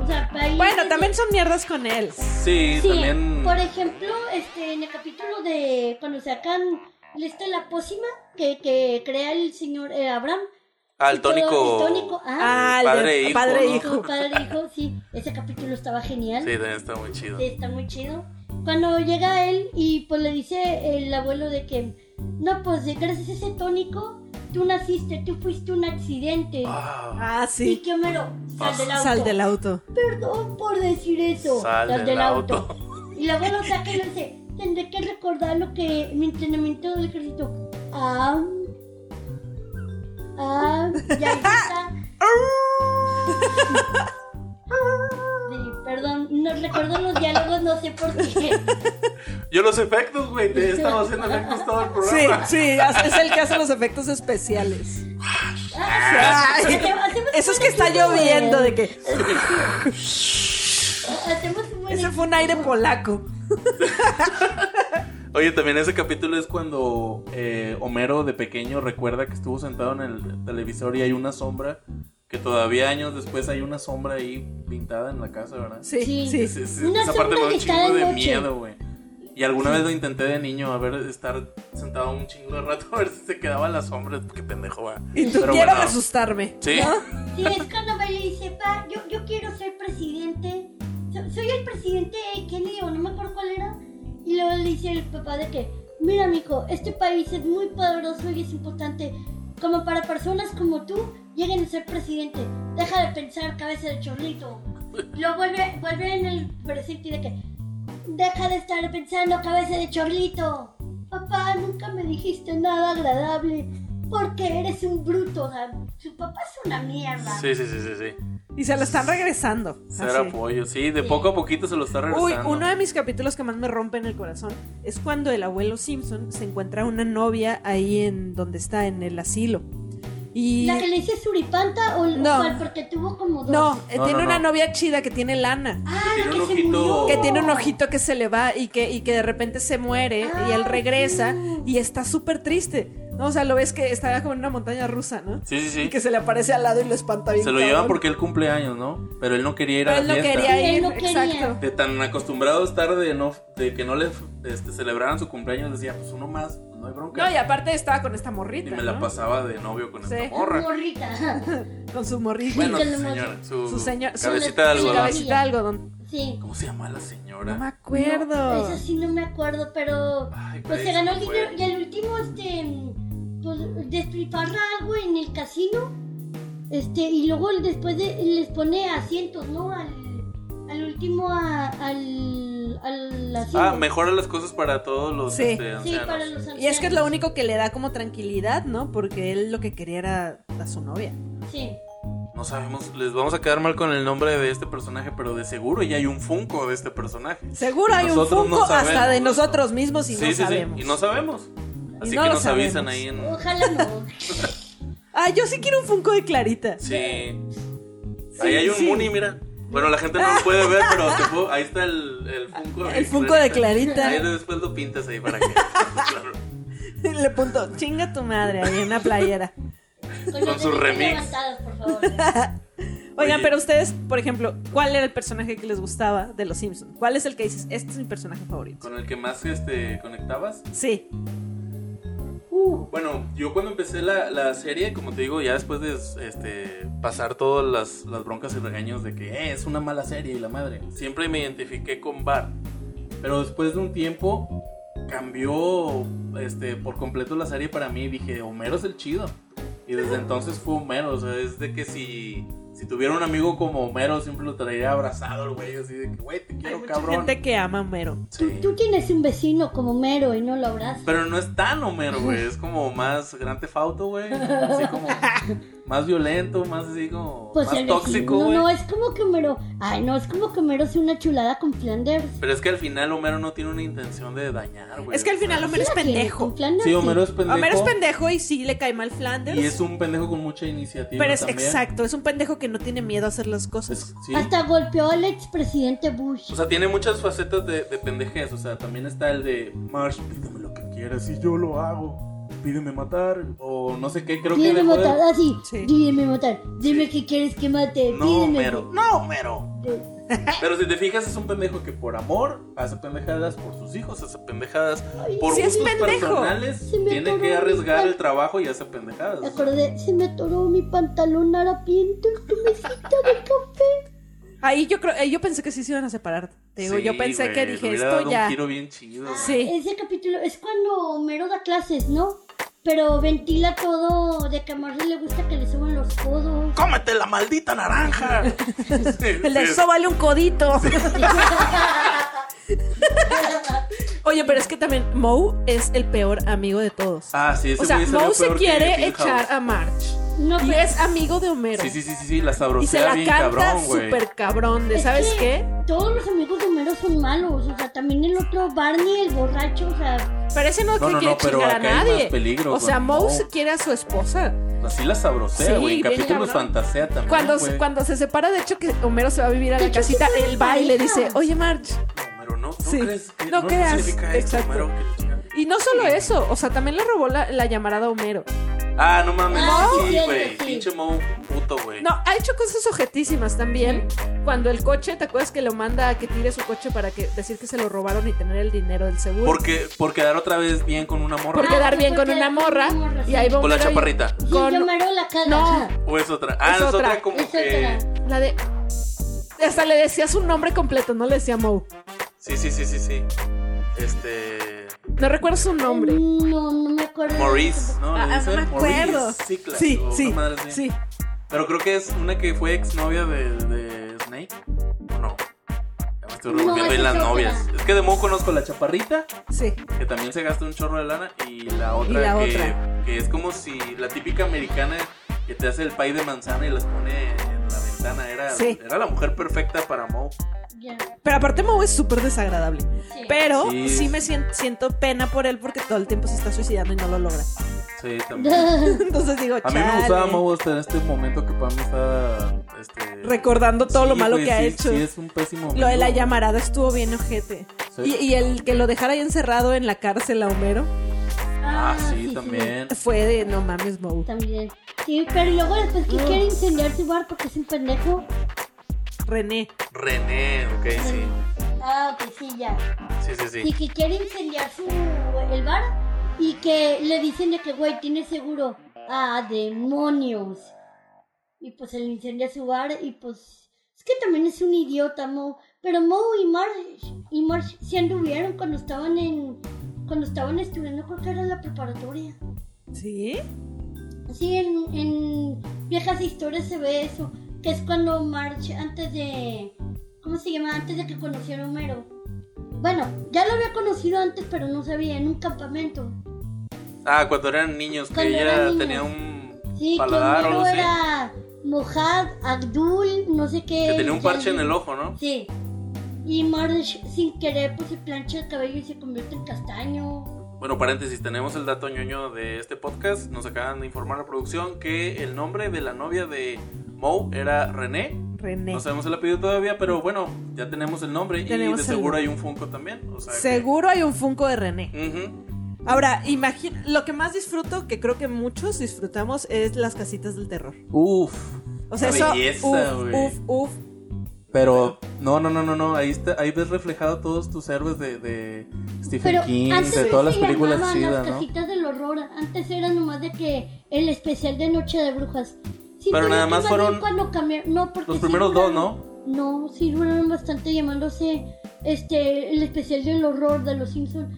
B: O sea, para
C: Bueno, también son mierdas con él.
A: Sí,
B: Sí,
A: también.
B: por ejemplo, este, en el capítulo de cuando sacan este, la pócima que, que crea el señor eh, Abraham.
A: Al
B: y todo-
A: tónico.
B: el tónico, ah,
C: Ah, el
A: Padre
C: de-
A: e hijo,
C: padre e
A: ¿no?
C: hijo.
B: su padre dijo, sí, ese capítulo estaba genial.
A: Sí, también está muy chido.
B: Sí, está muy chido. Cuando llega él y pues le dice el abuelo de que, no, pues gracias a ese tónico, tú naciste, tú fuiste un accidente.
A: Ah,
C: Ah,
B: Y
C: sí.
B: que Homero, sal del auto.
C: Sal del auto.
B: Perdón por decir eso.
A: Sal del auto.
B: Y el abuelo saca y le dice, tendré que recordar lo que mi entrenamiento del ejército. Ah, ah,
C: [LAUGHS]
B: ya está. Sí, perdón, no recuerdo los diálogos, no sé por qué.
C: [LAUGHS]
A: Yo los efectos, güey. Te he estado haciendo efectos todo el
C: Sí,
A: programa.
C: sí, es el que hace los efectos especiales.
B: Ah,
C: Ay,
B: hacemos- hacemos
C: Eso es
B: un
C: que está
B: equipo, güey.
C: lloviendo, de que
B: Hacemos un buen
C: ese fue un aire polaco.
A: Oye, también ese capítulo es cuando eh, Homero de pequeño recuerda que estuvo sentado en el televisor y hay una sombra. Que todavía años después hay una sombra ahí pintada en la casa, ¿verdad?
C: Sí,
B: Sí.
C: sí.
A: Es- es-
B: Una
A: esa parte me da
B: sombra
A: un
B: que cada
A: chingo de
B: noche.
A: miedo, güey. Y alguna vez lo intenté de niño, a ver, estar sentado un chingo de rato, [LAUGHS] a ver si se quedaba en las sombras, porque pendejo va.
C: Y tú
A: Pero
C: quiero
A: bueno.
C: asustarme.
A: Sí.
C: ¿no?
B: Sí, es cuando me le dice, pa, yo, yo quiero ser presidente. So- soy el presidente de Kennedy o no me acuerdo cuál era. Y luego le dice el papá de que, mira, mijo, este país es muy poderoso y es importante. Como para personas como tú lleguen a ser presidente. Deja de pensar, cabeza de chorrito. Lo vuelve, vuelve en el presente y de que, deja de estar pensando, cabeza de chorrito. Papá, nunca me dijiste nada agradable. Porque eres un bruto, o sea, su papá es una mierda.
A: Sí, sí, sí, sí, sí.
C: Y se lo están regresando.
A: Ser
C: así.
A: apoyo, sí, de poco a poquito se lo está
C: Uy,
A: regresando.
C: uno de mis capítulos que más me rompe en el corazón es cuando el abuelo Simpson se encuentra una novia ahí en donde está, en el asilo. Y
B: La que le dice suripanta o
C: No.
B: cual, porque tuvo como dos.
C: no, eh,
A: No,
C: tiene
A: no,
C: una
A: no.
C: novia chida que tiene lana.
B: Ah,
A: Que tiene
B: la que
A: un
B: se
A: ojito-
B: murió.
C: que tiene un ojito que se le va y que, y que de repente se muere y él
B: Ah,
C: regresa
B: sí.
A: Ah.
C: y está súper triste. ¿no? O sea, lo ves que está como en una montaña rusa, ¿no?
A: Sí, sí,
C: Y
A: sí.
C: que se le aparece al lado y lo espanta bien.
A: Se lo llevan
C: cabrón.
A: porque él cumple años, ¿no? Pero él no quería ir
C: Pero
A: a
C: él no
A: la fiesta.
C: quería
B: Él
C: ir,
B: no quería.
C: exacto.
A: De tan acostumbrado a estar de, no, de que no le este, celebraran su cumpleaños, decía, pues uno más, no hay bronca.
C: No, y aparte estaba con esta
A: y
C: morrita.
A: me la
C: ¿no?
A: pasaba de novio con
C: Sí.
A: esta morra.
B: Morrita.
C: Con su morrita.
A: Bueno,
B: que
A: su
B: lo hemos-
A: señora, su,
C: su señor- su-
A: cabecita de
B: su
A: algodón.
B: cabecita.
C: de algodón.
B: Sí.
A: ¿Cómo se llama la
C: No me
A: señora?
C: acuerdo.
B: No, eso sí no me acuerdo, pero
A: Ay,
B: pues
A: güey,
B: se ganó el
A: se me
B: dinero y el último este pues destriparla algo en el casino. Este, y luego después de, les pone asientos, ¿no? Al, al último a- al al asiento.
A: Ah, mejora las cosas para todos los
C: Sí.
A: este,
B: Sí,
A: ancianos.
B: para los
C: Y es que es
B: ancianos.
C: lo único que le da como tranquilidad, ¿no? Porque él lo que quería era a su novia.
B: Sí.
A: No sabemos, les vamos a quedar mal con el nombre de este personaje, pero de seguro ya hay un Funko de este personaje.
C: Seguro hay
A: Nosotros
C: un
A: no
C: Funko hasta
A: sabemos.
C: de nosotros mismos y
A: sí,
C: no
A: sí, sí,
C: sabemos.
A: Y no sabemos. Así
C: no
A: que
C: lo
A: nos avisan
C: sabemos.
A: ahí en.
B: Ojalá
A: [LAUGHS]
B: no.
C: Ah, yo sí quiero un Funko de Clarita.
A: Sí.
C: Sí,
A: Ahí hay un
C: sí.
A: Muni, mira. Bueno, la gente no lo puede ver, pero te puedo- ahí está el, el Funko.
C: El Funko de
A: Ahí
C: Clarita.
A: después lo pintas ahí para que.
C: [LAUGHS]
A: [LAUGHS]
C: Le punto, chinga tu madre ahí en
A: [LAUGHS]
C: la playera.
B: Con, los
A: su
B: deditos
A: remix.
B: levantados, por favor.
C: [LAUGHS] Oigan,
A: Oye.
C: pero ustedes, por ejemplo, ¿cuál era el personaje que les gustaba de Los Simpsons? ¿Cuál es el que dices, este es mi personaje favorito?
A: Con el que más este, conectabas.
C: Sí,
B: Uh,
A: Bueno, yo cuando empecé la, la serie, como te digo, ya después de este, pasar todas las, las broncas y regaños de que "Eh, es una mala serie y la madre, siempre me identifiqué con Bart. Pero después de un tiempo cambió este, por completo la serie para mí. Dije, Homero es el chido. Y desde entonces fue Homero. O sea, es de que si, si tuviera un amigo como Homero, siempre lo traería abrazado el güey. Así de que, güey, te
C: hay
A: quiero,
C: mucha
A: cabrón.
C: gente que ama a Homero.
B: tú,
A: Sí.
B: tú tienes un vecino como Mero y no lo abrazas.
A: Pero no es tan Homero, güey. Es como más Gran Tefauto, güey. Así como más violento, más así como.
B: Pues
A: más
B: el
A: tóxico,
B: vecino,
A: güey.
B: no es como que Homero, ay no, es como que Homero hace una chulada con Flanders.
A: Pero es que al final Homero no tiene una intención de dañar, güey.
C: Es que al
A: o sea,
C: final Homero es
B: Sí la tiene,
C: pendejo.
B: con Flanders,
A: Sí, Homero es pendejo.
C: Homero es pendejo y sí le cae mal Flanders.
A: Y es un pendejo con mucha iniciativa.
C: pero es
A: también.
C: exacto, es un pendejo que no tiene miedo a hacer las cosas.
A: Es- sí.
B: Hasta golpeó al expresidente Bush.
A: O sea, tiene muchas facetas de, de pendejez. O sea, también está el de Marsh, pídeme lo que quieras y yo lo hago. Pídeme matar. O no sé qué, creo que
B: Pídeme
A: dejó de-
B: matar, ah, así.
C: Sí.
B: Pídeme matar. Dime
A: Sí.
B: que quieres que mate.
A: No,
B: pídeme.
A: Homero. No, Homero.
B: De-
A: Pero si te fijas, es un pendejo que por amor hace pendejadas por sus hijos, hace pendejadas
B: Ay,
A: por
C: Sí, es
A: gustos
C: pendejo.
A: personales.
B: Se me
A: Tiene
B: atoró
A: que
B: mi
A: arriesgar
B: pan-
A: el trabajo y hace
B: Me
A: pendejadas.
B: acordé, se me atoró mi pantalón harapiento en tu mesita de café.
C: Ahí yo creo, ahí yo pensé que sí se iban a separar. Te digo,
A: Sí,
C: yo pensé
A: güey,
C: que
A: le
C: dije
A: hubiera
C: esto
A: dado
C: ya.
A: un giro bien chido. güey.
C: Sí.
B: Ah, Ese capítulo es cuando Homero da clases, ¿no? Pero ventila todo de que a Marge le gusta que le suban los codos.
A: ¡Cómete la maldita naranja! [LAUGHS]
C: El de eso vale un codito. [LAUGHS] Oye, pero es que también Moe es el peor amigo de todos.
A: Ah, sí, ese
C: o sea,
A: güey salió
C: Moe se
A: peor que
C: quiere
A: Milhouse.
C: echar a March.
B: No,
C: Y
B: pero-
C: es amigo de Homero.
A: Sí, sí, sí, sí, sí, la
C: Y se la
A: sabrosea bien
C: canta
A: cabrón, güey.
C: súper cabrón de,
B: Es
C: ¿sabes
B: que
C: qué?
B: Todos los amigos de Homero son malos. O sea, también el otro Barney, el borracho, o sea,
C: Pero ese no es
A: No,
C: que
A: no,
C: quiere
A: no, pero
C: chingar a
A: acá hay más
C: nadie.
A: peligro
C: o sea,
A: con
C: Moe
A: Moe.
C: se quiere a su esposa.
A: Así Pues la sabrosea,
C: Sí,
A: güey. en
C: bien
A: capítulos
C: cabrón.
A: fantasea también.
C: Cuando,
A: güey.
C: cuando se separa, de hecho, que Homero se va a vivir a
B: De
C: la
B: hecho, sí
C: casita,
B: son
C: él va y le
B: pareja.
C: dice, oye, March.
A: No, Homero, no, no
C: Sí,
A: crees que
C: no
A: no,
C: creas,
A: significa esto,
C: exacto.
A: Homero, que la chingada.
C: Y no solo eso, o sea, también le robó la, la llamarada a Homero.
A: Ah, no mames.
B: Ah, sí,
A: sí,
B: cierto,
A: güey.
B: sí.
A: Pinche Moe, puto, güey.
C: No, ha hecho cosas objetísimas también. Cuando el coche, ¿te acuerdas que lo manda a que tire su coche para que decir que se lo robaron y tener el dinero del seguro?
A: Porque, por quedar otra vez bien con una morra.
C: Por
B: Ah,
C: quedar
B: sí,
C: bien
B: por
C: con una
B: quedar bien con
C: morra.
B: una morra,
C: Y
B: sí.
C: ahí va
A: Con la
C: Homero y-
A: chaparrita.
B: sí,
C: Con-
B: yo Homero la caga.
C: No.
A: ¿O es otra? Ah,
C: Es
A: es, otra,
C: otra,
A: como
B: es
A: que.
B: otra.
C: La de. Hasta le decía su nombre completo, no le decía Moe.
A: Sí, sí, sí, sí, sí. Este.
C: No recuerdo su nombre.
B: Eh, No, no me acuerdo.
A: Maurice, ¿no? ¿Le
C: Ah, ah,
A: dicen?
C: no me acuerdo.
A: Maurice Cicla,
C: Sí,
A: o
C: sí,
A: una madre así.
C: sí.
A: Pero creo que es una que fue exnovia de, de Snake. ¿O no? Ya me estoy
B: No,
A: revolviendo
B: esa
A: ahí
B: es
A: las
B: otra.
A: novias. Es que de Moe conozco la chaparrita,
C: Sí.
A: que también se gasta un chorro de lana, y la otra,
C: la
A: que,
C: otra.
A: que es como si la típica americana que te hace el pay de manzana y las pone en la ventana. Era,
C: Sí.
A: era la mujer perfecta para Moe.
B: Ya,
C: Pero aparte Moe es súper desagradable.
B: sí. [LAUGHS]
C: Pero sí,
A: Sí.
C: me sien- siento pena por él porque todo el tiempo se está suicidando y no lo logra. [LAUGHS]
A: Sí, también.
C: Entonces digo,
A: A mí me
C: "Chale".
A: gustaba Moe hasta en este momento que para mí está. Este,
C: Recordando todo lo
A: Sí,
C: malo
A: güey,
C: que ha
A: sí,
C: hecho.
A: Sí, es un pésimo.
C: Lo de la
A: amigo.
C: llamarada estuvo bien ojete.
A: Sí.
C: Y, y el que lo dejara ahí encerrado en la cárcel a Homero
A: Ah, sí, también.
C: fue de no mames, Moe.
B: También. Sí, pero luego después
C: Ah.
B: que quiere incendiar su bar porque es un pendejo.
C: René.
A: René, ok, sí.
B: Ah, ok, sí, ya.
A: Sí, sí, sí.
B: Y que quiere incendiar su, el bar y que le dicen de que, güey, tiene seguro. Ah, demonios. Y pues él incendia su bar y pues... Es que también es un idiota, Moe. Pero Moe y Marsh, y Marsh se anduvieron cuando estaban en... Cuando estaban estudiando, creo que era la preparatoria.
C: ¿Sí?
B: Sí, en, en viejas historias se ve eso, que es cuando March antes de... ¿Cómo se llama? Antes de que conociera a Homero. Bueno, ya lo había conocido antes, pero no sabía, en un campamento.
A: Ah, cuando eran niños, que
B: Cuando
A: ella
B: eran niños.
A: tenía un
B: Sí,
A: paladar
B: que
A: o algo
B: Homero
A: así.
B: era Mojad, Abdul, no sé qué.
A: Que tenía un parche en el ojo, ¿no?
B: Sí. Y March sin querer pues se plancha el cabello y se convierte en castaño.
A: Bueno, paréntesis, tenemos el dato ñoño de este podcast. Nos acaban de informar la producción que el nombre de la novia de Moe era René.
C: René.
A: No sabemos el apellido todavía, pero bueno, ya tenemos el nombre
C: Tenemos
A: y
C: el-
A: de seguro hay un Funko también. O sea que-
C: Seguro hay un Funko de René.
A: Ujú.
C: Ahora, imagina, lo que más disfruto, que creo que muchos disfrutamos, es las casitas del terror.
A: Uf.
C: O sea,
A: La
C: eso.
A: belleza,
C: uf,
A: güey.
C: uf, uf.
A: Pero no, no, no, no, no. Ahí está, ahí ves reflejado todos tus héroes de, de Stephen
B: Pero
A: King,
B: antes
A: de
B: no
A: todas las
B: se
A: películas
B: llamaban
A: chidas,
B: las
A: ¿no?
B: casitas del horror. Antes era nomás de que el especial de Noche de Brujas. Sí,
A: Pero
B: tuviste
A: nada más
B: razón
A: fueron
B: cuando cambiaron- no, porque
A: Los
B: sí
A: primeros dos,
B: duraron-
A: ¿no?
B: No, sí duraron bastante llamándose este el especial del horror de los Simpsons.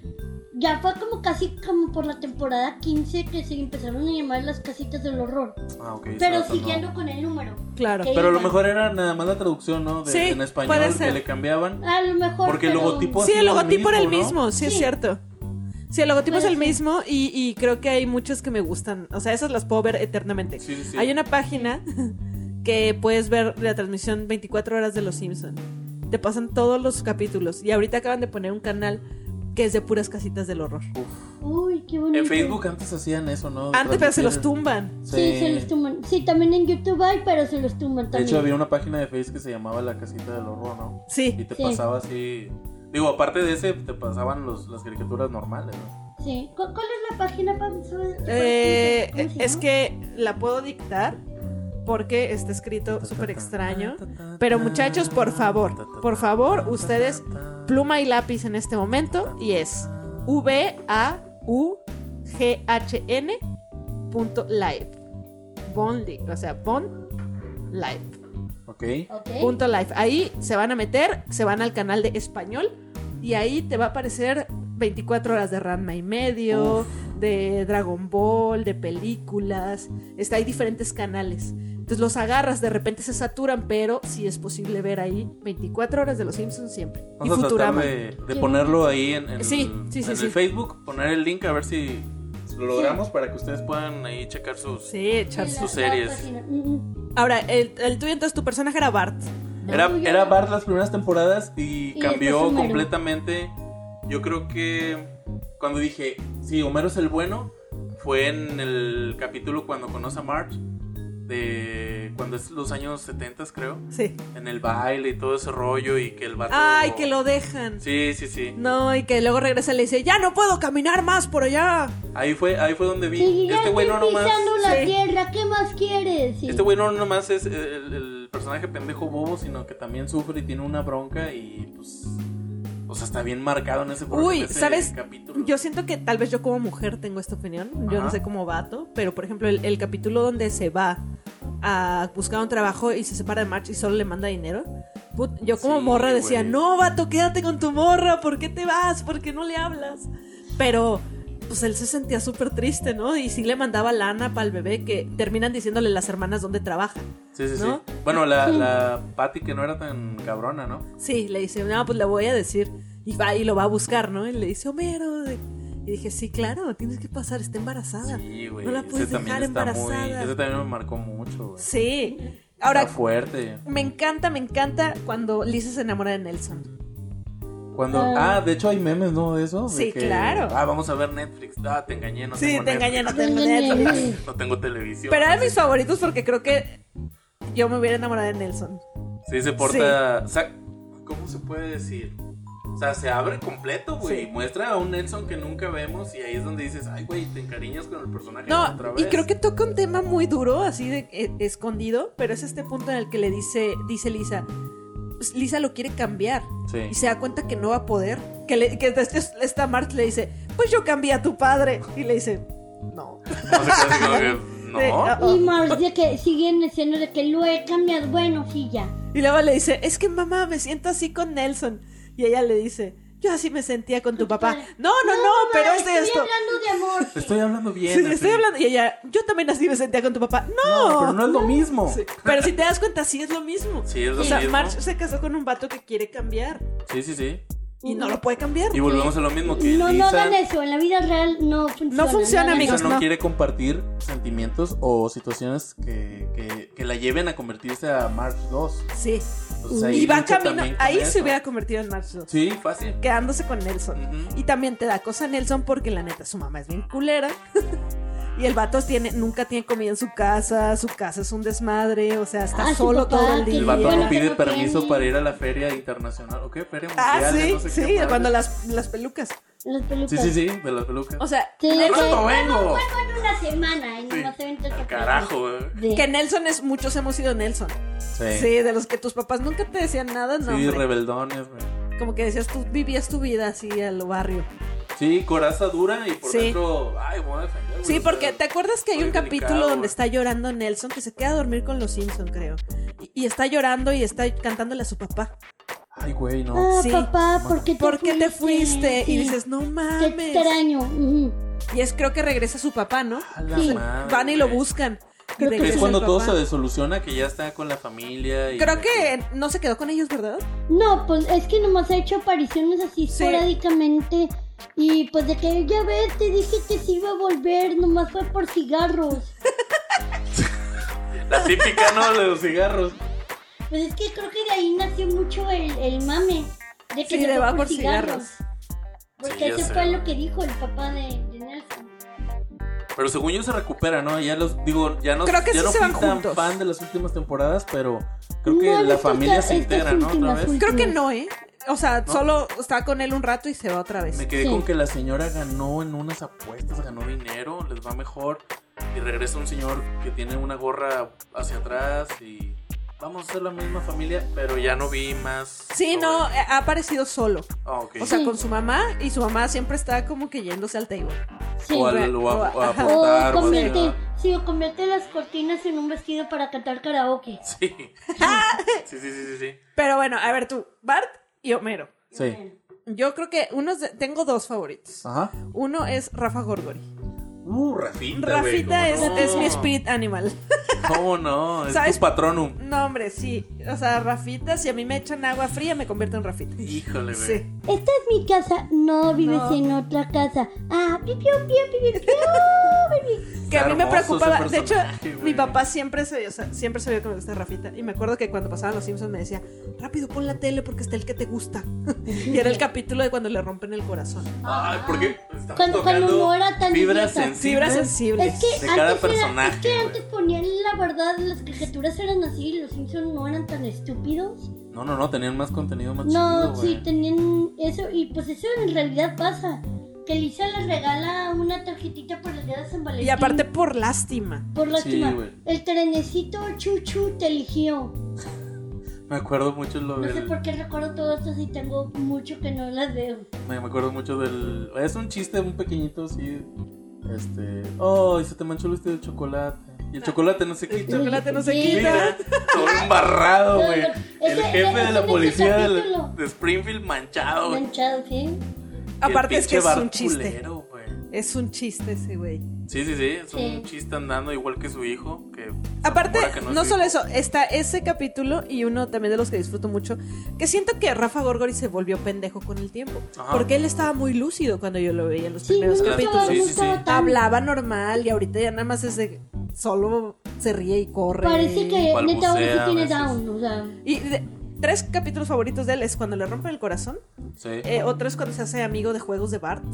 B: Ya fue como casi como por la temporada 15 que se empezaron a llamar las casitas del horror.
A: Ah, ok.
B: Pero
A: exacto, no.
B: siguiendo con el número.
C: Claro.
B: Que
A: Pero a lo
B: iban-
A: mejor era nada más la traducción, ¿no? De,
C: Sí,
A: en español
C: puede ser.
A: que le cambiaban.
B: A lo mejor.
A: Porque el
B: pero-
A: logotipo-
C: Sí,
A: sido
C: el
A: el
C: logotipo era el
A: mismo, ¿no?
C: mismo, sí, es
B: Sí.
C: cierto. Sí, el logotipo
B: Puede
C: es el
B: ser.
C: mismo y, y creo que hay muchos que me gustan. O sea, esas las puedo ver eternamente.
A: Sí, sí, sí.
C: Hay una página [LAUGHS] que puedes ver la transmisión 24 horas de Los Simpson. Te pasan todos los capítulos y ahorita acaban de poner un canal que es de puras casitas del horror.
B: Uy, qué bonito.
A: En Facebook antes hacían eso, ¿no?
C: Antes pero se los
A: Transmitían-
C: tumban.
B: Sí, se los tumban. Sí, también en YouTube hay, pero se los tumban
A: De
B: también.
A: hecho, había una página de Facebook que se llamaba La Casita del Horror, ¿no? Y
C: Sí,
A: te
B: Sí.
A: pasaba así. Digo, aparte de ese, te pasaban los, las caricaturas normales, ¿no?
B: Sí. ¿Cu- ¿Cuál es la página, Pam? ¿Sabes-
C: Eh,
B: ¿Cómo se
C: es
B: llama?
C: que la puedo dictar porque está escrito súper extraño. Pero muchachos, por favor, por favor, ustedes pluma y lápiz en este momento y es v a u g h n punto live Bondi, o sea, Bond Live.
A: Ok.
B: Ok.
C: Punto live. Ahí se van a meter, se van al canal de español y ahí te va a aparecer 24 horas de Ranma y medio, de Dragon Ball, de películas. Está, hay diferentes canales. Entonces los agarras, de repente se saturan, pero sí es posible ver ahí 24 horas de los Simpsons siempre.
A: Vamos
C: y
A: a tratar
C: Futurama.
A: de, de ponerlo ahí en, en-
C: Sí, sí, sí,
A: en
C: sí.
A: el Facebook, poner el link a ver si lo logramos para que ustedes puedan ahí checar sus.
C: Sí, echarse.
A: sus series.
B: página. Mm, mm.
C: Ahora, el, el tuyo entonces tu personaje era Bart.
A: Era,
B: No, yo-
A: era Bart las primeras temporadas y,
B: Y
A: cambió
B: después Homero.
A: completamente. Yo creo que cuando dije, sí, Homero es el bueno, fue en el capítulo cuando conoce a Marge, de cuando es los años 70, creo,
C: Sí.
A: en el baile y todo ese rollo y que el vato...
C: Ay, que lo dejan.
A: Sí, sí, sí.
C: No, y que luego regresa y le dice, ya no puedo caminar más por allá.
A: Ahí fue, ahí fue donde vi.
B: Sí, ya
A: este güey no
B: estoy
A: nomás...
B: pisando la
C: Sí.
B: tierra, ¿qué más quieres? Sí.
A: Este güey no nomás es el, el personaje pendejo bobo, sino que también sufre y tiene una bronca y pues... O sea, está bien marcado en ese,
C: Uy,
A: en ese
C: ¿sabes?
A: capítulo.
C: Yo siento que tal vez yo como mujer tengo esta opinión. Yo no
A: Ajá.
C: sé como vato, pero por ejemplo, el, el capítulo donde se va a buscar un trabajo y se separa de March y solo le manda dinero. put- yo como
A: Sí,
C: morra decía,
A: güey.
C: no, vato, quédate con tu morra, ¿por qué te vas? ¿Por qué no le hablas? Pero pues él se sentía súper triste, ¿no? Y sí le mandaba lana para el bebé que terminan diciéndole las hermanas dónde trabaja.
A: Sí, sí,
C: ¿no?
A: sí. Bueno, la, la Patty que no era tan cabrona, ¿no?
C: Sí, le dice, no, pues le voy a decir. Y va y lo va a buscar, ¿no? Y le dice, Homero. de- Y dije, sí, claro, tienes que pasar, está embarazada.
A: Sí, güey.
C: Ah, No la puedes dejar embarazada.
A: muy. Ese también me marcó mucho, güey.
C: Sí.
A: Ahora.
C: Ahora,
A: fuerte.
C: me encanta, me encanta cuando Lisa se enamora de Nelson.
A: Cuando.
B: Ah.
A: Ah, de hecho hay memes, ¿no? De eso. de
C: Sí, claro.
A: Ah, vamos a ver Netflix. Ah, te engañé, no
C: Sí,
A: tengo
C: te engañé, no
A: Netflix.
C: tengo
B: Ándale.
A: [LAUGHS]
C: Netflix.
A: No tengo televisión.
C: [LAUGHS] Pero eran mis favoritos porque creo que yo me hubiera enamorado de Nelson.
A: Sí, se porta. sa- ¿Cómo se puede decir? O sea, se abre completo, güey.
C: Sí.
A: Muestra a un Nelson que nunca vemos y ahí es donde dices, ay, güey, te encariñas con el personaje
C: No,
A: otra vez.
C: y creo que toca un tema muy duro, así de eh, escondido, pero es este punto en el que le dice, dice Lisa, pues, Lisa lo quiere cambiar
A: Sí.
C: y se da cuenta que no va a poder. Que, le, que esta- esta March le dice, pues yo cambié a tu padre. Y le dice, no.
A: No se queda así como que,
C: [LAUGHS] Sí,
A: no.
B: Y Mars de que sigue en escena de que lo he cambiado. Bueno, sí, ya.
C: Y luego le dice, es que mamá, me siento así con Nelson. Y ella le dice, yo así me sentía con tu papá.
B: padre.
C: No, no, no, pero es de
B: estoy
C: esto.
B: hablando de amor. sí.
A: Estoy hablando bien.
C: Sí,
A: así.
C: estoy hablando. Y ella, yo también así me sentía con tu papá.
A: No,
C: No.
A: pero no es lo mismo.
C: Sí, pero si te das cuenta, sí es lo mismo.
A: Sí, es lo
C: o sea,
A: mismo.
C: March se casó con un vato que quiere cambiar.
A: Sí, sí, sí.
C: Y no lo puede cambiar.
A: Y volvemos a lo mismo que
B: No, no
A: Lisa,
B: hagan eso, en la vida real no funciona.
C: funciona,
B: hagan
C: amigos.
A: Lisa no,
C: no.
A: quiere compartir sentimientos o situaciones que, que, que la lleven a convertirse a March 2.
C: Sí.
A: Entonces, ahí
C: y va
A: lucha
C: camino.
A: también con
C: Ahí
A: eso.
C: se hubiera convertido en March dos,
A: Sí, fácil.
C: Quedándose con Nelson.
A: Ujú.
C: Y también te da cosa Nelson porque la neta su mamá es bien culera. [LAUGHS] y el vato tiene, nunca tiene comida en su casa, su casa es un desmadre, o sea, está
B: Ah, su
C: solo
B: papá,
C: todo el
B: que
C: día.
A: El vato
B: Bueno,
A: no
B: que
A: pide
B: no
A: permiso
B: tiene.
A: para ir a la feria internacional. ¿O qué? Feria mundial.
C: Ah,
A: de
C: sí,
A: no sé
C: sí,
A: qué madre.
C: cuando las, las pelucas.
B: Las pelucas.
A: Sí, sí, sí, de las pelucas.
C: O sea,
B: Sí,
A: ¡Al
B: que-
A: rato
B: Bueno,
A: vengo!
B: bueno, una semana y nomás
A: Sí.
B: se ven tres
A: Al
B: capítulos.
A: carajo, güey.
B: De-
C: que Nelson es, muchos hemos sido Nelson. Sí, de los que tus papás nunca te decían nada, no.
A: Sí,
C: hombre.
A: rebeldones, güey.
C: Como que decías, tú vivías tu vida así al barrio.
A: Sí, coraza dura y por
C: Sí.
A: dentro, ay, me voy a defender. güey,
C: Sí,
A: o
C: porque
A: sea,
C: te acuerdas que hay
A: soy
C: un
A: Pues, delicado,
C: capítulo donde
A: güey.
C: está llorando Nelson, que se queda a dormir con los Simpson, creo. Y, y está llorando y está cantándole a su papá.
A: Ay, güey, no.
B: Ah,
C: Sí.
B: papá, ¿por qué te
C: ¿Por qué
B: fuiste?
C: te fuiste?
B: Sí.
C: Y dices, no
B: Te
C: mames.
B: extraño. Mm. ujú.
C: Y es creo que regresa su papá, ¿no?
A: A la
B: Sí.
A: madre.
C: Ah, Van y lo buscan. Y
B: Creo que
A: Que
C: regresa
A: Ah, es cuando
C: el
A: todo
C: papá.
A: se desoluciona, que ya está con la familia. Y
C: Creo que no se quedó con ellos, ¿verdad?
B: No, pues es que nomás ha hecho apariciones así
C: Sí.
B: esporádicamente Y pues de que ya ves, te dije que se iba a volver, nomás fue por cigarros.
A: La típica, ¿no? De los cigarros.
B: Pues es que creo que de ahí nació mucho el, el mame. De que
C: Sí,
B: se
C: le
B: fue
C: va por cigarros.
B: Porque
A: Sí, ya
B: eso
A: sé.
B: fue lo que dijo el papá de, de Nelson.
A: Pero según yo se recupera, ¿no? Ya los, digo, ya no,
C: Creo que
A: ya
C: sí
A: no
C: se
A: fui
C: van
A: tan
C: juntos.
A: fan de las últimas temporadas, pero creo
B: No
A: que
B: he
A: la
B: visto
A: familia
B: esta-
A: se
B: estas
A: entera, ¿no? Otra
B: últimas,
A: vez.
B: últimas.
C: Creo que no, ¿eh? O sea, solo está con él un rato y se va otra vez.
A: Me quedé
B: Sí.
A: con que la señora ganó en unas apuestas, ganó dinero, les va mejor. Y regresa un señor que tiene una gorra hacia atrás y vamos a ser la misma familia, pero ya no vi más.
C: Sí,
A: sobre-
C: no, eh, ha aparecido solo.
A: Ah, ok.
C: O sea,
B: Sí.
C: con su mamá y su mamá siempre está como que yéndose al table.
B: Sí.
A: o, al- o a, o a apostar. o a-
B: o convierte, sí, o convierte las cortinas en un vestido para cantar karaoke.
A: [LAUGHS] Sí.
C: Ah.
A: sí, sí, sí, sí, sí.
C: Pero bueno, a ver tú, Bart y Homero.
A: Sí.
C: Yo creo que unos de- tengo dos favoritos.
A: Ajá.
C: Uno es Rafa Gorgori.
A: Uh, Rafita. güey,
C: Rafita es,
A: ¿cómo no?
C: es mi
B: Ah.
C: spirit animal.
A: ¿Cómo no? Es
C: ¿Sabes?
A: tu patronum.
C: No, hombre, sí. O sea, Rafita, si a mí me echan agua fría, me convierto en Rafita.
A: Híjole, güey.
C: Sí.
B: Esta es mi casa. No, vives
C: No.
B: en otra casa. Ah, piu, piu, piu, piu, piu, piu, baby.
C: Que a mí me
A: hermoso ese
C: preocupaba. De hecho,
A: personaje, güey.
C: mi papá siempre se, o sea, siempre sabía que me gusta Rafita. Y me acuerdo que cuando pasaban los Simpsons me decía, rápido, pon la tele porque está el que te gusta. [LAUGHS] y era el capítulo de cuando le rompen el corazón.
A: Ay, porque estamos
B: Ah, Cuando- cuando
A: tocando
B: no era tan
A: fibras
B: idiota.
A: sensibles.
C: Fibras sensibles.
B: Es que,
A: De cada
B: antes era,
A: personaje,
B: es que
A: güey.
B: antes ponían la verdad, las caricaturas eran así, los Simpsons no eran tan estúpidos.
A: No, no, no, tenían más contenido más
B: No,
A: chido,
B: sí,
A: güey.
B: tenían eso, y pues eso en realidad pasa. Que Lisa les regala una tarjetita por el día de San Valentín.
C: Y aparte por lástima.
B: por lástima,
A: Sí, güey.
B: el trenecito Chuchu te eligió.
A: Me acuerdo mucho lo
B: No sé
A: del.
B: por qué recuerdo todo esto si tengo mucho que no las veo.
A: Me me acuerdo mucho del. Es un chiste, un pequeñito así. Este. Oh, y se te manchó el vestido de chocolate. Y el chocolate no se
C: Ah. El
A: quita.
C: chocolate no se
B: Sí.
C: quita.
A: Mira, todo embarrado,
B: No,
A: güey.
B: no, ese-
A: El jefe
B: ese
A: de la
B: es
A: policía de, la-
B: capítulo.
A: de Springfield manchado, güey.
B: Manchado, ¿sí?
A: Y el
C: Aparte es que es
A: pinche
C: un
A: bar
C: chiste.
A: culero, güey.
C: Es un chiste ese güey.
A: Sí, sí, sí. Es
B: Sí.
A: un chiste andando igual que su hijo. Que se
C: Aparte,
A: rumora que
C: no,
A: es su
C: solo
A: hijo.
C: eso, está ese capítulo y uno también de los que disfruto mucho, que siento que Rafa Gorgori se volvió pendejo con el tiempo,
A: Ajá.
C: porque él estaba muy lúcido cuando yo lo veía en los
B: Sí, no
C: primeros
A: nunca
C: capítulos.
A: Sí, sí,
B: gustaba
A: sí.
B: tanto.
C: Hablaba normal y ahorita ya nada más es de solo se ríe y corre.
B: Parece que neta
A: balbucea
B: ahora sí tiene
A: a veces.
B: down, o sea.
C: Y de- tres capítulos favoritos de él es cuando le rompen el corazón,
A: Sí,
C: eh, otro es cuando se hace amigo de juegos de Bart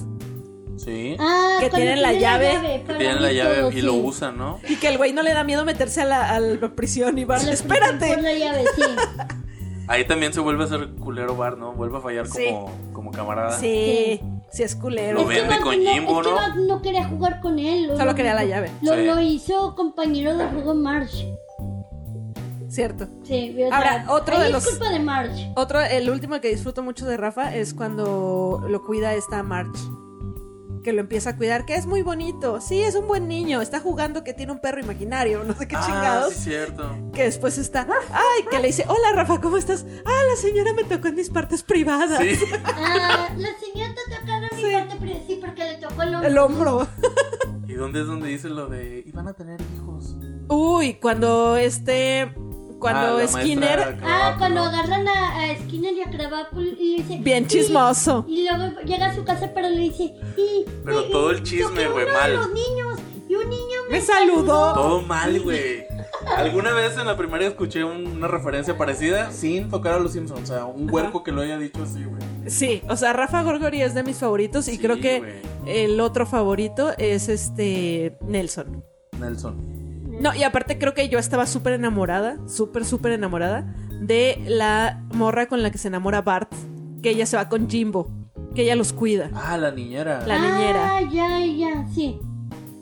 A: sí.
B: Ah,
C: Que
B: cuando
C: tienen la
B: tiene
C: llave.
A: Que
B: para
A: tienen la
B: mí
A: llave
B: todo,
A: y lo
B: sí.
A: usan, ¿no?
C: y que el güey no le da miedo meterse a la, a la prisión y Bart,
B: La- Por
C: espérate.
B: la llave, sí.
A: Ahí también se vuelve a ser culero Bar, ¿no? Vuelve a fallar
C: Sí.
A: como, como camarada.
C: Sí, sí es culero.
A: [LAUGHS] Lo
B: Es que
A: vende
B: Bart
A: con
B: no-
A: Jimbo,
B: Es que
A: ¿no?
B: Bart no quería jugar con él. lo-
C: Solo quería la llave.
B: Lo,
A: Sí.
B: lo hizo compañero de juego March.
C: Cierto.
B: Sí, o sea,
C: Ahora, otro
B: ahí
C: de
B: es
C: los-
B: culpa de March.
C: Otro, el último que disfruto mucho de Rafa es cuando lo cuida esta March. Que lo empieza a cuidar, que es muy bonito. Sí, es un buen niño. Está jugando que tiene un perro imaginario, no sé qué
A: Ah,
C: chingados.
A: sí,
C: [LAUGHS]
A: cierto.
C: Que después está. Ay, que le dice: Hola Rafa, ¿cómo estás? Ah, la señora me tocó en mis partes privadas.
A: Sí.
B: Ah, [LAUGHS] la señora te tocaron mi
C: Sí.
B: parte, pero sí, porque le tocó el hombro.
C: El hombro.
A: ¿Y dónde es donde dice lo de iban a tener hijos?
C: Uy, cuando este. Cuando
A: Ah, la
C: Skinner.
A: maestra
B: Ah,
A: Krabappel,
B: cuando
A: ¿no?
B: agarran a, a Skinner y a Krabappel y le dice...
C: Bien
B: "Sí".
C: chismoso.
B: Y luego llega a su casa, pero le dice... "Sí,
A: Pero
B: me-
A: todo el chisme,
B: toqué a
A: güey,
B: uno
A: mal.
B: de los niños y un niño me...
C: Me saludó.
A: Todo mal, güey. ¿Alguna vez en la primaria escuché un- una referencia parecida sin tocar a los Simpsons? O sea, un huerco que lo haya dicho así, güey.
C: Sí, o sea, Rafa Gorgori es de mis favoritos. Y
A: Sí,
C: creo que
A: güey.
C: el otro favorito es este. Nelson.
A: Nelson.
C: No, y aparte creo que yo estaba súper enamorada, súper, súper enamorada de la morra con la que se enamora Bart, que ella se va con Jimbo, que ella los cuida.
A: Ah, la niñera.
C: La niñera.
B: Ah, ya, ya, sí.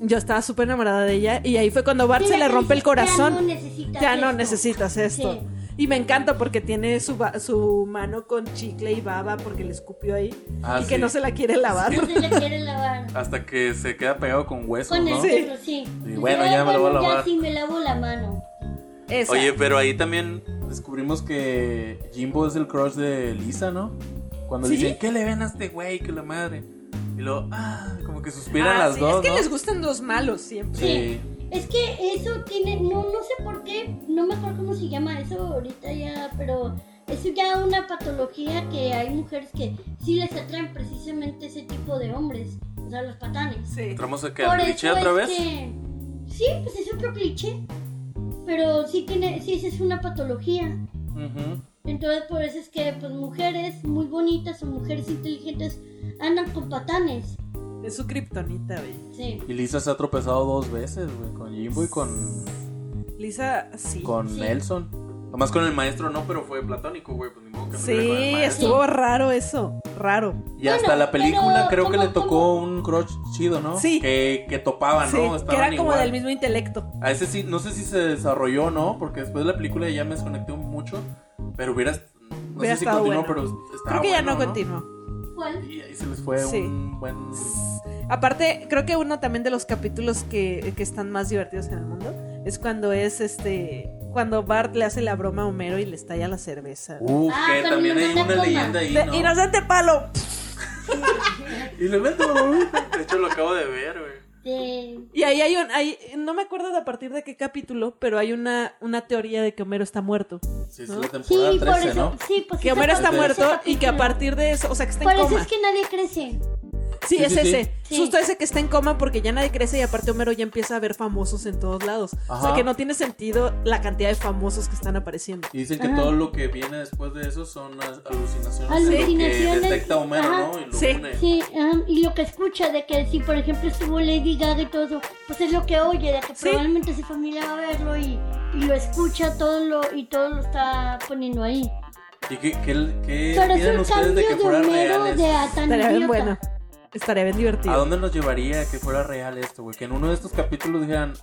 C: Yo estaba súper enamorada de ella y ahí fue cuando Bart se le rompe el
B: Ya no
C: corazón.
B: necesitas
C: Ya no
B: esto.
C: necesitas esto.
B: Sí.
C: Y me encanta porque tiene su, ba- su mano con chicle y baba porque le escupió ahí
A: Ah,
C: y
A: sí.
C: que no se la quiere lavar.
A: [LAUGHS]
B: No se la quiere lavar.
A: Hasta que se queda pegado con huesos,
B: Con el
A: ¿no?
C: Sí.
B: cerro, sí.
A: Y bueno, ya me lo voy a
B: Ya
A: lavar.
B: sí me lavo la mano.
C: Esa.
A: Oye, pero ahí también descubrimos que Jimbo es el crush de Lisa, ¿no? Cuando
C: ¿Sí?
A: le dicen, ¿qué le ven a este güey? Que la madre. Y luego, ah, como que suspiran
C: Ah,
A: las
C: sí,
A: dos.
C: es que
A: ¿no?
C: les gustan los malos siempre.
A: Sí.
B: Es que eso tiene, no, no sé por qué, no me acuerdo cómo se llama eso ahorita ya, pero es ya una patología que hay mujeres que sí les atraen precisamente ese tipo de hombres, o sea, los patanes.
C: Sí.
A: Entramos a que
B: Por
A: al
B: eso
A: cliché otra
B: es
A: vez.
B: que- Sí, pues es otro cliché, pero sí tiene, sí esa es una patología.
A: Ujú.
B: Entonces por eso es que pues mujeres muy bonitas o mujeres inteligentes andan con patanes.
C: Es su kriptonita, güey.
B: Sí.
A: Y Lisa se ha tropezado dos veces, güey, con Jimbo y con,
C: Lisa, sí.
A: con
B: Sí.
A: Nelson. Nomás con el maestro no, pero fue platónico, güey, pues ni modo que no
C: Sí,
A: le con el maestro.
C: estuvo raro eso. Raro.
A: Y hasta
B: Bueno,
A: la película
B: pero
A: creo que
B: como-
A: le tocó
B: como-
A: un crush chido, ¿no?
C: Sí.
A: Que, que topaban,
C: Sí,
A: Ah, ¿no?
C: que
A: Estaban
C: era como
A: igual.
C: del mismo intelecto.
A: A ese sí, no sé si se desarrolló o no, porque después de la película ya me desconecté mucho, pero hubieras... No
C: Hubiera
A: sé si
C: estado
A: continuó,
C: bueno.
A: pero estaba
C: Creo que ya
A: Ah, bueno,
C: no continuó.
B: ¿Cuál?
A: Y ahí se les fue
C: Sí.
A: un buen...
C: Aparte, creo que uno también de los capítulos que, que están más divertidos en el mundo es cuando es este. Cuando Bart le hace la broma a Homero y le estalla la cerveza.
A: Uf,
B: Ah,
A: que
B: cuando
A: también
B: no
A: hay
B: se
A: una
B: coma.
A: leyenda ahí,
C: De-
A: ¿no?
C: Inocente palo.
A: Y le meto... De hecho, lo acabo de ver, güey.
B: [LAUGHS] De...
C: Y ahí hay un. Ahí, no me acuerdo de a partir de qué capítulo, pero hay una, una teoría de que Homero está muerto.
A: Sí, es
C: ¿No?
A: la
B: Ah, Sí,
A: temporada
B: por
A: 13,
B: eso.
A: ¿no?
B: Sí, pues
C: Que
B: esa
C: Homero está
B: parte-
C: muerto
B: ese
C: y que a
B: capítulo.
C: partir de eso. O sea, que está
B: Por
C: en
B: eso
C: coma.
B: es que nadie crece.
C: Sí,
A: Sí,
C: es
A: sí, sí.
C: ese.
B: Sí.
C: Justo ese que está en coma porque ya nadie crece y aparte Homero ya empieza a ver famosos en todos lados. O sea
A: Ajá.
C: que no tiene sentido la cantidad de famosos que están apareciendo.
A: Y dicen que
B: Ajá.
A: todo lo que viene después de eso son as- alucinaciones, de lo que
B: Alucinaciones,
A: detecta Homero,
B: ajá.
A: ¿no? Y lo
C: Sí.
A: une.
B: Sí, ajá, y lo que escucha de que si por ejemplo estuvo Lady Gaga y todo eso, pues es lo que oye, de que
C: Sí.
B: probablemente su familia va a verlo y, y lo escucha todo lo y todo lo está poniendo ahí.
A: ¿Y qué, qué, qué
B: Pero es
A: opinan
B: un
A: ustedes de
B: cambio
A: que
B: de
A: fuera
B: Homero
A: real
B: de
A: esto?
B: a tan
C: Estaría bien
B: idiota.
C: bueno. Estaría bien
A: ¿A
C: divertido.
A: dónde nos llevaría que fuera real esto, güey? Que en uno de estos capítulos dijeran,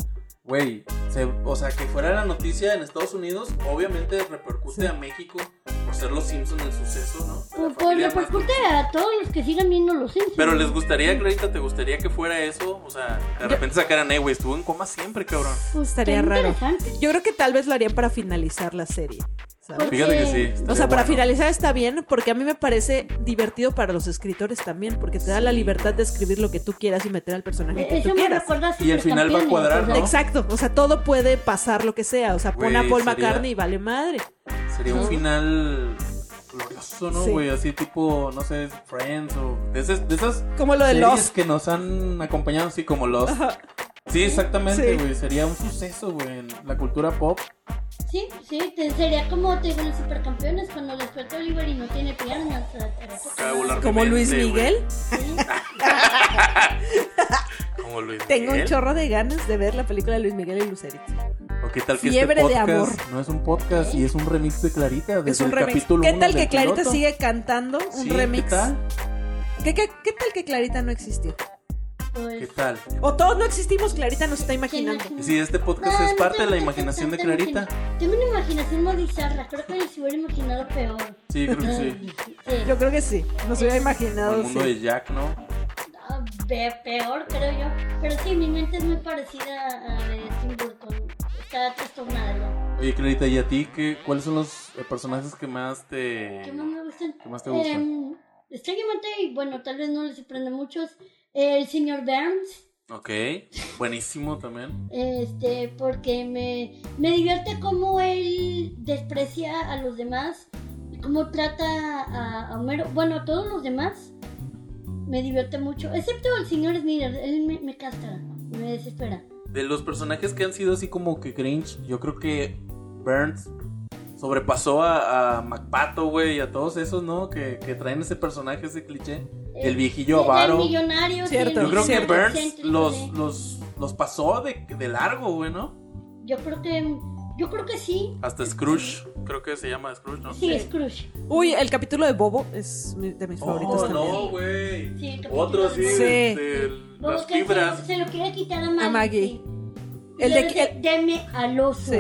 A: güey, se- o sea, que fuera la noticia en Estados Unidos, obviamente repercute a México por ser los Simpsons el suceso, ¿no? La
C: Pues,
B: Por, por
A: familia
B: lo
A: más-
B: percute a todos los que sigan viendo los Simpsons.
A: Pero les gustaría, Clarita, ¿te gustaría que fuera eso? O sea, de repente sacaran, eh, güey, estuvo en coma siempre, cabrón.
B: Pues,
C: Estaría
B: qué
C: raro.
B: interesante.
C: Yo creo que tal vez lo harían para finalizar la serie. ¿sabes?
B: Porque-
A: Fíjate que sí.
C: Pues O
A: estaría
C: sea, para
A: bueno.
C: finalizar está bien porque a mí me parece divertido para los escritores también porque te da la libertad de escribir lo que tú quieras y meter al personaje que
B: E-, Eso
C: tú
B: me
C: quieras.
B: recuerda a
A: Y al final va a
B: Supercampeones,
A: cuadrar,
B: o
A: ¿no?
B: sea,
C: Exacto, o sea, todo puede pasar lo que sea. O sea, pon a
A: Güey,
C: Paul
A: sería-
C: McCartney y vale madre.
A: Sería un final glorioso, ¿no,
C: Sí.
A: güey? Así tipo, no sé, Friends o de, esas- de esas
C: Como lo de
A: series
C: Lost.
A: que nos han acompañado, así como Lost.
C: Ajá.
A: Sí, exactamente,
C: Sí.
A: güey. Sería un suceso, güey, en la cultura pop.
B: Sí, sí, te- sería como te digo los supercampeones cuando despierta Oliver y no tiene piernas. o sea, pero-
C: Como Luis Miguel.
B: Sí.
A: Como Luis
C: Tengo un chorro de ganas de ver la película de Luis Miguel y Lucerito.
A: ¿O qué tal que
C: Fiebre de
A: este podcast
C: amor.
A: no es un podcast y es un remix de Clarita desde
C: Es un
A: el
C: remix.
A: capítulo
C: ¿Qué
A: uno
C: tal
A: del
C: que Clarita
A: piloto?
C: sigue cantando un
A: Sí,
C: remix?
A: ¿Qué tal?
C: ¿Qué, qué, qué tal que Clarita no existió?
A: ¿Qué
B: Pues,
A: tal?
C: O todos no existimos, Clarita nos está imaginando.
B: ¿quién
A: Sí, este podcast
B: No,
A: es
B: no
A: parte de la
B: tengo
A: imaginación de
B: tanta
A: Clarita.
B: imaginación. Tengo una imaginación muy bizarra, creo que les hubiera imaginado peor. eh,
A: Sí, creo que sí.
B: Sí.
C: Yo creo que sí, nos hubiera imaginado.
A: Como el mundo
C: sí.
A: de Jack, ¿no?
B: Ah, ve- peor, creo yo. Pero sí, mi mente es muy parecida a la de Tim Burton. Está trastornada ya.
A: Oye, Clarita, ¿y a ti qué, cuáles son los eh, personajes que más te...
B: ¿Qué más me gustan?
A: ¿Qué más te gusta?
B: Em, extrañamente, y bueno, tal vez no les sorprende a muchos, eh, el señor Burns.
A: Ok, buenísimo también.
B: Este, porque me, me divierte cómo él desprecia a los demás, y cómo trata a, a Homero, bueno, a todos los demás. Me divierte mucho, excepto el señor Snyder, él me, me castra, me desespera.
A: De los personajes que han sido así como que cringe, yo creo que Burns sobrepasó a, a McPato, güey, y a todos esos, ¿no? Que, que traen ese personaje, ese cliché. El viejillo
B: Eh, Sí, del
A: avaro. Yo
B: millonario, sí,
C: Cierto.
B: el
C: Yo
A: creo que
B: millonario
A: Burns
B: excéntrico,
A: los,
B: sí.
A: los, los pasó de, de largo, güey, ¿no?
B: Yo creo que. Yo creo que sí.
A: Hasta Scrooge, creo que se llama Scrooge, ¿no?
B: Sí,
C: Sí.
B: Scrooge.
C: Uy, el capítulo de Bobo es mi- de mis favoritos
A: Oh,
C: también.
A: no, güey.
B: Sí, el capítulo
A: Otro sí,
B: de-
C: Sí.
A: de- de
B: Luego
A: las
B: que se-
A: fibras.
B: Se, lo quiere quitar a Maggie.
C: Maggie.
B: sí.
C: El
B: Y
C: de
B: le
C: que-
B: dice, Deme al oso.
C: Sí.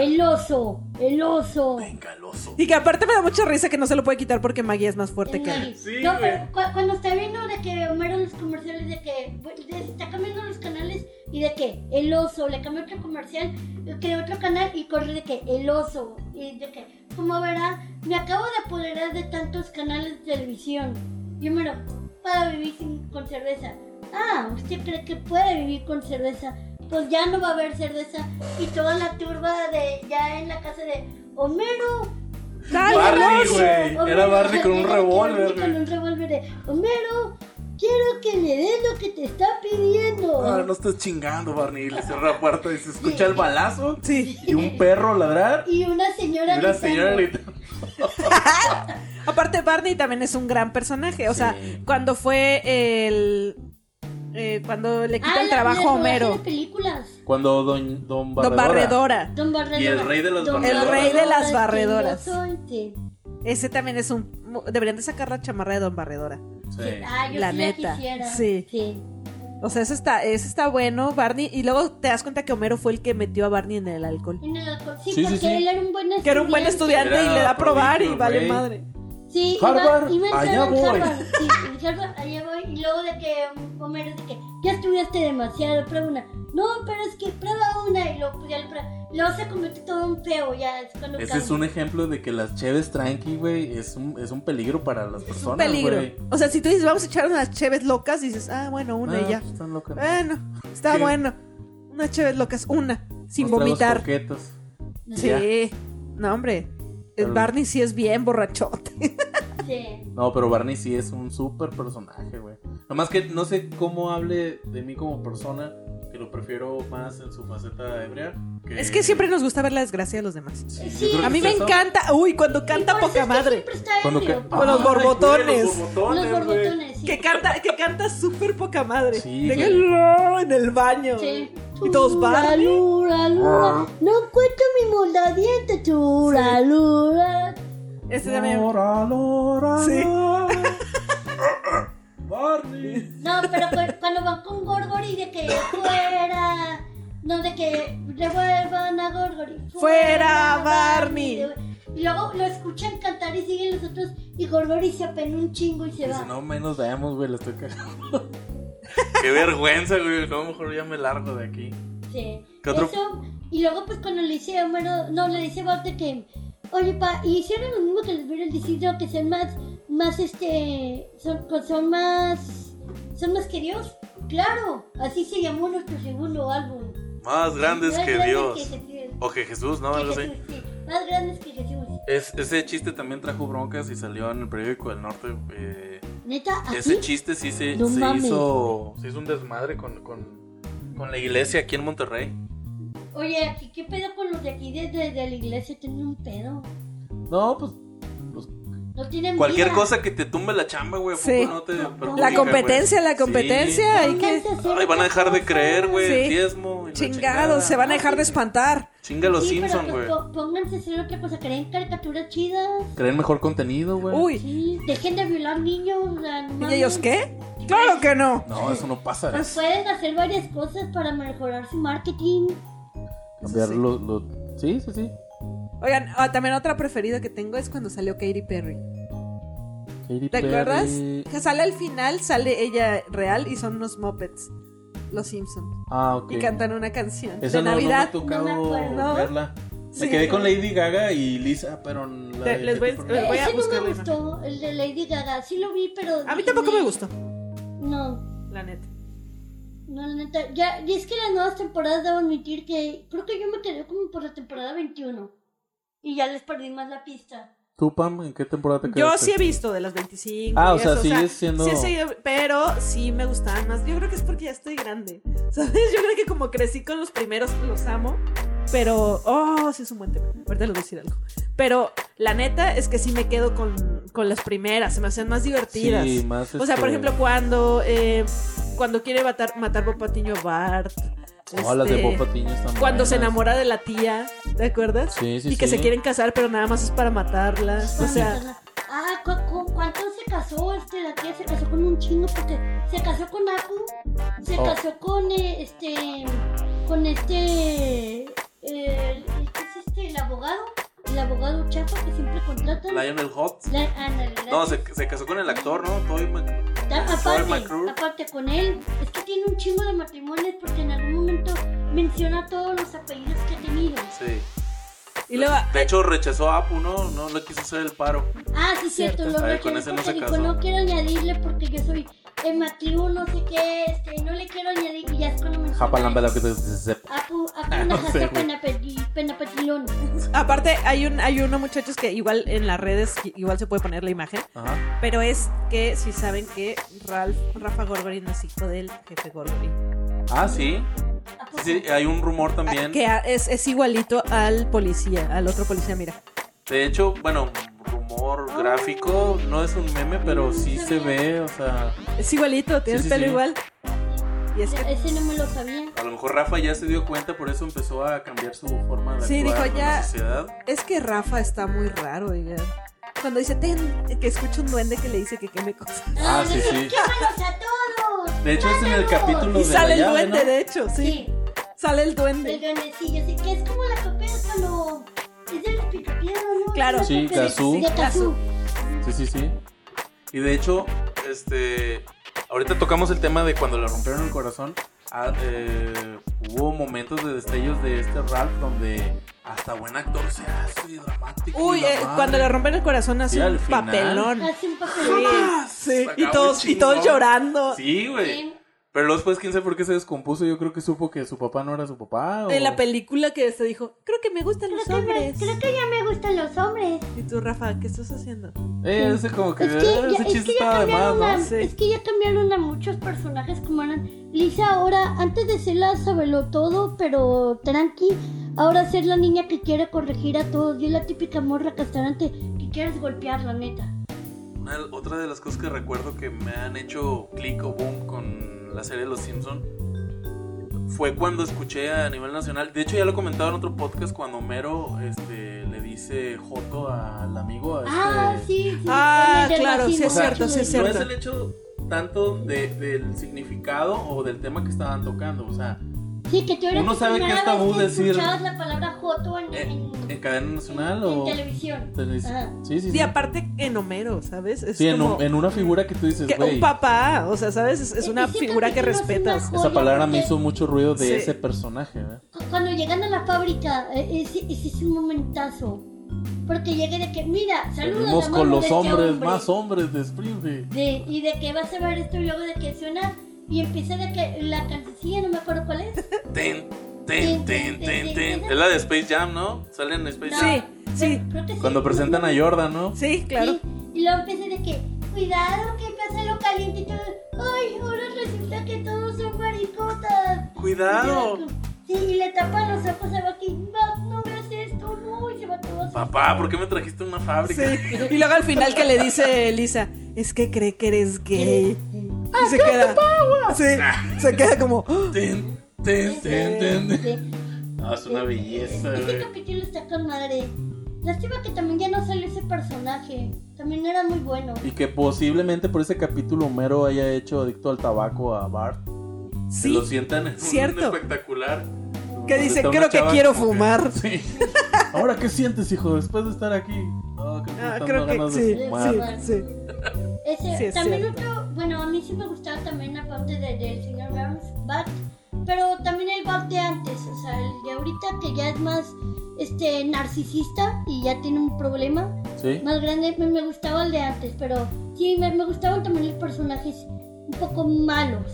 B: El oso. El oso.
A: Venga, el oso.
C: Y que aparte me da mucha risa que no se lo puede quitar porque Maggie es más fuerte
B: El
C: que él.
B: Maggie.
A: Sí,
B: no,
A: güey.
B: pero cu- cuando está viendo de que Homero en los comerciales, de que bueno, de- está cambiando los canales y de que el oso, le cambió otro comercial, que otro canal y corre de que el oso. Y de que, como verá, me acabo de apoderar de tantos canales de televisión. Y Homero, para vivir sin, con cerveza. Ah, ¿usted cree que puede vivir con cerveza? Pues ya no va a haber cerveza. Y toda la turba de ya en la casa de Homero,
C: ¡Dale,
A: Barney,
C: Lois!
A: güey. Era Barney con un revólver,
B: Con
A: güey.
B: un revólver de Homero, quiero que le des lo que te está pidiendo.
A: Ah, no estás chingando, Barney. Le cerró la puerta y se escucha el balazo.
C: Sí.
A: Y un perro ladrar.
B: Y una señora.
A: Y una
B: gritando.
A: señora gritando.
C: Aparte, Barney también es un gran personaje. O sea,
A: Sí.
C: cuando fue el. eh, cuando le quita
B: Ah,
C: el
B: la- la
C: trabajo a
B: rodaje
C: Homero.
B: de películas.
A: Cuando don, don
C: Don
A: Barredora.
C: Barredora.
B: Don Barredora.
A: Y el rey de las
B: Don
A: barredoras. El rey
C: de
B: Barredoras,
C: las barredoras.
B: que yo soy, sí.
C: Ese también es un. Deberían de sacar la chamarra de Don Barredora.
A: Sí.
B: Ah, yo
C: La
B: sí
C: neta,
B: quisiera.
C: sí. O sea, ese está, ese está bueno, Barney. Y luego te das cuenta que Homero fue el que metió a Barney en el alcohol.
B: En el alcohol. Sí,
A: Sí, sí,
B: porque
A: sí.
B: él era un buen estudiante.
C: Que era un buen estudiante y
A: Era
C: le da a probar y
A: prodigio,
C: vale
A: güey.
C: madre.
B: Sí,
A: Harvard,
B: iba, iba a
A: allá
B: entrar
A: voy. [LAUGHS]
B: en Harvard. Sí, en Harvard, allá voy. Y luego de que um, Homero de que ya estudiaste demasiado, prueba una. No, pero es que prueba una y luego pues, ya lo prueba. Luego se convierte todo un feo, ya es cuando
A: Ese
B: cambia.
A: es un ejemplo de que las cheves tranqui, güey, es un, es un peligro para las
C: Un
A: personas,
C: peligro.
A: güey.
C: O sea, si tú dices, vamos a echar unas cheves locas, dices, ah, bueno, una
A: Ah,
C: y ya.
A: pues, Están locas.
C: Eh, Bueno, está
A: Sí.
C: bueno. Unas cheves locas, una, sin
A: Unos tragos
C: vomitar.
A: coquetos.
C: Sí. No, hombre. El
A: Pero-
C: Barney sí es bien borrachote.
B: Sí.
A: No, pero Barney sí es un súper personaje, güey. Nomás que no sé cómo hable de mí como persona, que lo prefiero más en su faceta ebria.
C: Es que siempre nos gusta ver la desgracia de los demás.
A: Sí,
B: Sí.
A: yo creo que
C: A mí
A: es
C: me
A: eso.
C: encanta. Uy, cuando
B: Y
C: canta
B: por eso
C: poca
B: es que
C: madre.
B: siempre está
A: Cuando que-
B: ebrio.
C: Con los
A: Ay,
C: borbotones.
A: güey, Los borbotones,
B: Los
A: güey.
B: borbotones, sí.
C: Que canta, que canta súper poca madre.
A: Sí,
C: De que,
A: güey.
C: "No", en el baño.
B: Sí.
C: Y todos
B: Lura,
C: Barney.
B: lura,
A: Ah.
B: lura. No encuentro mi moldadiente, chura, lura.
C: Este también.
A: Lora, lora,
C: Sí.
A: lora. Barney.
B: No, pero cu- cuando van con Gorgory de que fuera. No, de que revuelvan a Gorgory.
C: Fuera, Barney.
B: Y luego lo escuchan cantar y siguen los otros. Y Gorgory se apena un chingo y se
A: Dice,
B: va.
A: no menos veamos, güey, le estoy
B: [LAUGHS]
A: cagando. Qué vergüenza, güey. No, mejor ya me largo de aquí.
B: Sí.
A: ¿Qué otro?
B: Eso, y luego, pues cuando le dice a Homero, no, le dice a Walter que. Oye, pa, y hicieron lo mismo que les vieron diciendo que sean más. Más este. Son, son más. Son más que Dios. Claro, así se llamó nuestro segundo álbum.
A: Más grandes
B: Más
A: que
B: grandes
A: Dios.
B: que-
A: O que Jesús, ¿no?
B: que
A: Algo así.
B: Jesús, sí. Más grandes que Jesús.
A: Es, ese chiste también trajo broncas y salió en el periódico del norte. eh,
B: Neta,
A: ese
B: así.
A: chiste sí se,
B: ¿Ah, No
A: se
B: mames.
A: hizo. Se hizo un desmadre con, con, con la iglesia aquí en Monterrey.
B: Oye, aquí, ¿qué pedo con los de aquí de, de- de la iglesia? Tienen un pedo.
A: No, pues.
B: No tienen
A: Cualquier
B: vida.
A: cosa que te tumbe la chamba, güey. ¿a poco
C: Sí.
A: no te perjudica,
C: [LAUGHS]
A: güey?
C: La competencia, la
A: Sí.
C: competencia. Hay que.
B: Pónganse a hacer
A: Ay, van a
B: otra
A: dejar de
B: cosa.
A: creer, güey.
C: Sí.
A: El diezmo. y la chingada.
C: Chingados, se van a dejar de espantar.
A: Chinga los
B: Sí, pero
A: Simpson,
B: que
A: güey.
B: po- pónganse a hacer otra cosa. Creen caricaturas chidas.
A: Creen mejor contenido, güey.
C: Uy,
B: Sí, dejen de violar niños. o sea, no
C: ¿y ellos
B: mames.
C: qué? Claro que no.
A: No, eso no pasa.
C: Ah,
B: Pues pueden hacer varias cosas para mejorar su marketing.
A: Cambiar
C: sí.
A: lo- lo- Sí, sí, sí.
C: Oigan, ah, también otra preferida que tengo es cuando salió Katy Perry.
A: Katy
C: ¿Te
A: Perry.
C: acuerdas? Que sale al final, sale ella real y son unos mopeds. Los Simpsons.
A: Ah, ok.
C: Y cantan una canción
A: Esa
C: de
A: no, no me ha
C: Navidad.
A: tocado
B: No me
C: acuerdo.
A: verla. Me
C: Sí.
A: quedé con Lady Gaga y Lisa, pero en la
C: Te-
A: de
C: les voy-
A: Katy
C: les
A: Perry.
C: voy a
B: Ese
C: buscar
B: no
C: la
B: me gustó, el de Lady Gaga. Sí lo vi, pero.
C: A
B: dije,
C: mí tampoco
B: "Nah".
C: me gustó,
B: No.
C: la neta.
B: No, la neta, ya, y es que las nuevas temporadas debo admitir que creo que yo me quedé como por la temporada 21 y ya les perdí más la pista.
A: ¿Tú, Pam, en qué temporada te
C: Yo
A: quedaste?
C: sí he visto de las 25.
A: Ah,
C: y
A: o sea,
C: eso,
A: sigues siendo-
C: sí he seguido, pero sí me gustaban más. Yo creo que es porque ya estoy grande. [LAUGHS] ¿Sabes? Yo creo que como crecí con los primeros, los amo. Pero, oh, sí es un buen tema. Ahorita les voy a decir algo. Pero la neta es que sí me quedo con, con las primeras. Se me hacían más divertidas.
A: Sí, más
C: O sea,
A: este,
C: por ejemplo, cuando, eh, cuando quiere matar, matar Bob Patiño a Bart.
A: No, las de
C: este,
A: Bob Patiño están
C: Cuando se
A: buenas.
C: enamora de la tía, ¿te acuerdas?
A: Sí, sí,
C: y que
A: sí.
C: se quieren casar, pero nada más es para matarla. O sea,
B: ah, ¿cu cu- cuánto se casó? Este, la tía se casó con un chingo porque se casó con Aku, se
A: Oh.
B: casó con eh, este, con este, eh, ¿qué es este? El abogado, el abogado chafa que siempre contratan.
A: Lionel Hutz.
B: La- ándale,
A: No,
B: gracias.
A: se, se casó con el actor, ¿no? pues, Toby Mac-
B: Ta-
A: Troy
B: Aparte,
A: McClure.
B: aparte con él, es que tiene un chingo de matrimonios porque en algún momento menciona todos los apellidos que ha tenido.
A: Sí.
C: y luego
A: De hecho, rechazó a Apu, ¿no? No le quiso hacer el paro.
B: Ah, sí, cierto,
C: Cierto.
B: lo
A: Ay, con ese
B: reconozco
A: no
B: que
A: se
B: dijo,
A: casó.
B: no quiero añadirle porque yo soy eh, maté un no sé qué, este, no le quiero añadir y ya es cuando me...
A: Japalamba la que te se-
B: Apu, apu,
A: Ah, [LAUGHS] no
B: una
A: sé,
B: jaca
A: güey.
B: penapeti- penapetilón.
C: Aparte, hay, un, hay uno, muchachos, que igual en las redes, igual se puede poner la imagen.
A: Ajá.
C: Pero es que si saben que Ralph, Rafa Gorgory no es hijo del jefe Gorgory.
A: Ah, sí.
B: Apu,
A: Sí, hay un rumor también.
C: Ah, Que a- es, es igualito al policía, al otro policía, mira.
A: De hecho, bueno, rumor
B: Oh.
A: gráfico, no es un meme, pero sí
B: No
A: se
B: sabía.
A: ve, o sea,
C: Es igualito, tiene
A: Sí, sí,
C: el pelo
A: sí.
C: igual. Y es
B: ya,
C: que
B: Ese no me lo sabía.
A: a lo mejor Rafa ya se dio cuenta, por eso empezó a cambiar su forma de
C: Sí,
A: actuar
C: dijo,
A: con
C: ya-
A: la sociedad.
C: Es que Rafa está muy raro, oiga. Cuando dice, ten, que escucha un duende que le dice que queme cosas.
A: Ah, sí, sí.
B: ¡Quémalos a todos!
A: De hecho, es en el
B: ¡Quémalos!
A: capítulo
C: Y
A: de
C: sale el
A: la llave,
C: duende,
A: ¿no?
C: de hecho, sí.
B: Sí,
C: Sale el
B: el
C: duende.
B: duendecillo, sí, que es como la copia cuando... Es del picapiedra, ¿no?
C: Claro.
B: Es la
A: Sí,
B: copia de-
A: Cazú.
B: De Cazú.
A: Sí, sí, sí. Y de hecho, este. Ahorita tocamos el tema de cuando le rompieron el corazón. Ah, eh, hubo momentos de destellos de este Ralph donde hasta buen actor se hace dramático. y
C: Uy,
A: la
C: eh,
A: madre.
C: cuando le rompen el corazón hace
A: Sí, al
C: un
A: final.
C: papelón.
B: Hace un papel.
C: Sí, sí.
A: Se
C: Y
A: acabó
C: todos, y
A: chingón.
C: todos llorando.
A: Sí, güey. Pero luego después, quién sabe por qué se descompuso. Yo creo que supo que su papá no era su papá. O...
C: En la película que se dijo, creo que me gustan los
B: Creo que, me-
C: hombres.
B: creo que ya me gustan los hombres.
C: Y tú, Rafa, ¿qué estás haciendo?
A: Eh, ese como que.
B: Es que,
A: eh,
B: ya,
A: ese
B: es
A: chiste
B: que ya
A: estaba de más,
B: cambiaron a,
A: ¿no?
C: Sí.
B: es que ya cambiaron a muchos personajes como eran Lisa ahora, antes de ser la sabelo todo, pero tranqui, ahora ser la niña que quiere corregir a todos y es la típica morra castrante que quieres golpear, la neta.
A: Una- otra de las cosas que recuerdo que me han hecho clic o boom con la serie de Los Simpson fue cuando escuché a nivel nacional, de hecho ya lo comentaba en otro podcast cuando Homero este, le dice Joto al amigo a este
B: Ah, sí, sí.
C: Ah,
B: en el del
C: claro, sí
B: vecino.
C: es cierto, sí es
A: no
C: cierto.
A: es el hecho tanto de- del significado o del tema que estaban tocando, o sea,
B: Sí, que tú eres
A: Uno
B: la
A: sabe que
B: primera
A: es tabú
B: vez que
A: decir-
B: escuchabas la palabra joto en,
A: en,
B: en-
A: en cadena nacional
B: en
A: o
B: televisión.
A: televisión.
B: Ajá.
A: Sí, sí, sí.
C: Y aparte en Homero, ¿sabes? Es
A: Sí, en,
C: como
A: un- en una figura que tú dices,
C: que
A: güey,
C: un papá, o sea, ¿sabes? Es, es
B: Y
C: una
B: siento
C: figura
B: que
C: que
B: no es una
C: respetas.
A: esa palabra me
B: porque-
A: hizo mucho ruido de
C: Sí.
A: ese personaje, ¿verdad?
B: Cu- Cuando llegan a la fábrica, eh, ese, ese es un momentazo. Porque llega de que, mira, saludos
A: Venimos
B: a
A: con
B: mano
A: los
B: de este
A: hombres
B: hombre.
A: más hombres de Springfield.
B: De- y de que vas a ver esto y luego de que suena y empieza de que la cancioncilla, no me acuerdo cuál es.
A: Ten,
B: ten, ten, ten, ten.
A: Es la de Space Jam, ¿no? Sale en Space
B: No,
A: Jam.
C: Sí, sí.
B: creo que sí.
A: Cuando presentan a Jordan, ¿no?
C: Sí, claro.
B: Sí, Y luego empieza de que, cuidado que pasa lo caliente y todo. Ay, ahora resulta que todos son maricotas.
A: Cuidado.
B: Sí, y le tapan los ojos a Bucky. "Buck, No hagas esto, no, y se va todo asustado.
A: Papá, ¿por qué me trajiste a una fábrica?
C: Sí. Y luego al final que le dice Lisa, es que cree que eres gay.
B: Ah,
C: Y se queda. Sí, se queda como. "Ah".
A: Ten, ten,
B: Este,
A: ten, ten, ten.
B: Sí.
A: Ah, Este, es una belleza,
B: Ese
A: güey.
B: Este capítulo está con madre. Lástima que también ya no salió ese personaje. También era muy bueno.
A: Y que posiblemente por ese capítulo Homero haya hecho adicto al tabaco a Bart. Se
C: Sí.
A: lo sientan en un
C: cierto.
A: espectacular.
C: Que
A: Donde
C: dice,
A: está una
C: creo que
A: chava
C: quiero
A: como
C: fumar.
A: [LAUGHS] Sí.
C: [LAUGHS]
A: Ahora, ¿qué sientes, hijo? Después de estar aquí. Ah, que me
C: Ah,
A: están
C: creo
A: dando
C: que
A: ganas
C: sí,
A: de
B: fumar.
C: sí, sí.
B: Ese,
C: Sí, es
B: también
C: cierto.
B: otro, bueno, a mí sí me gustaba también aparte del del señor Burns, Bat, pero también el Bat de antes, o sea, el de ahorita que ya es más este narcisista y ya tiene un problema
A: Sí.
B: más grande, me, me gustaba el de antes, pero sí, me, me gustaban también los personajes un poco malos.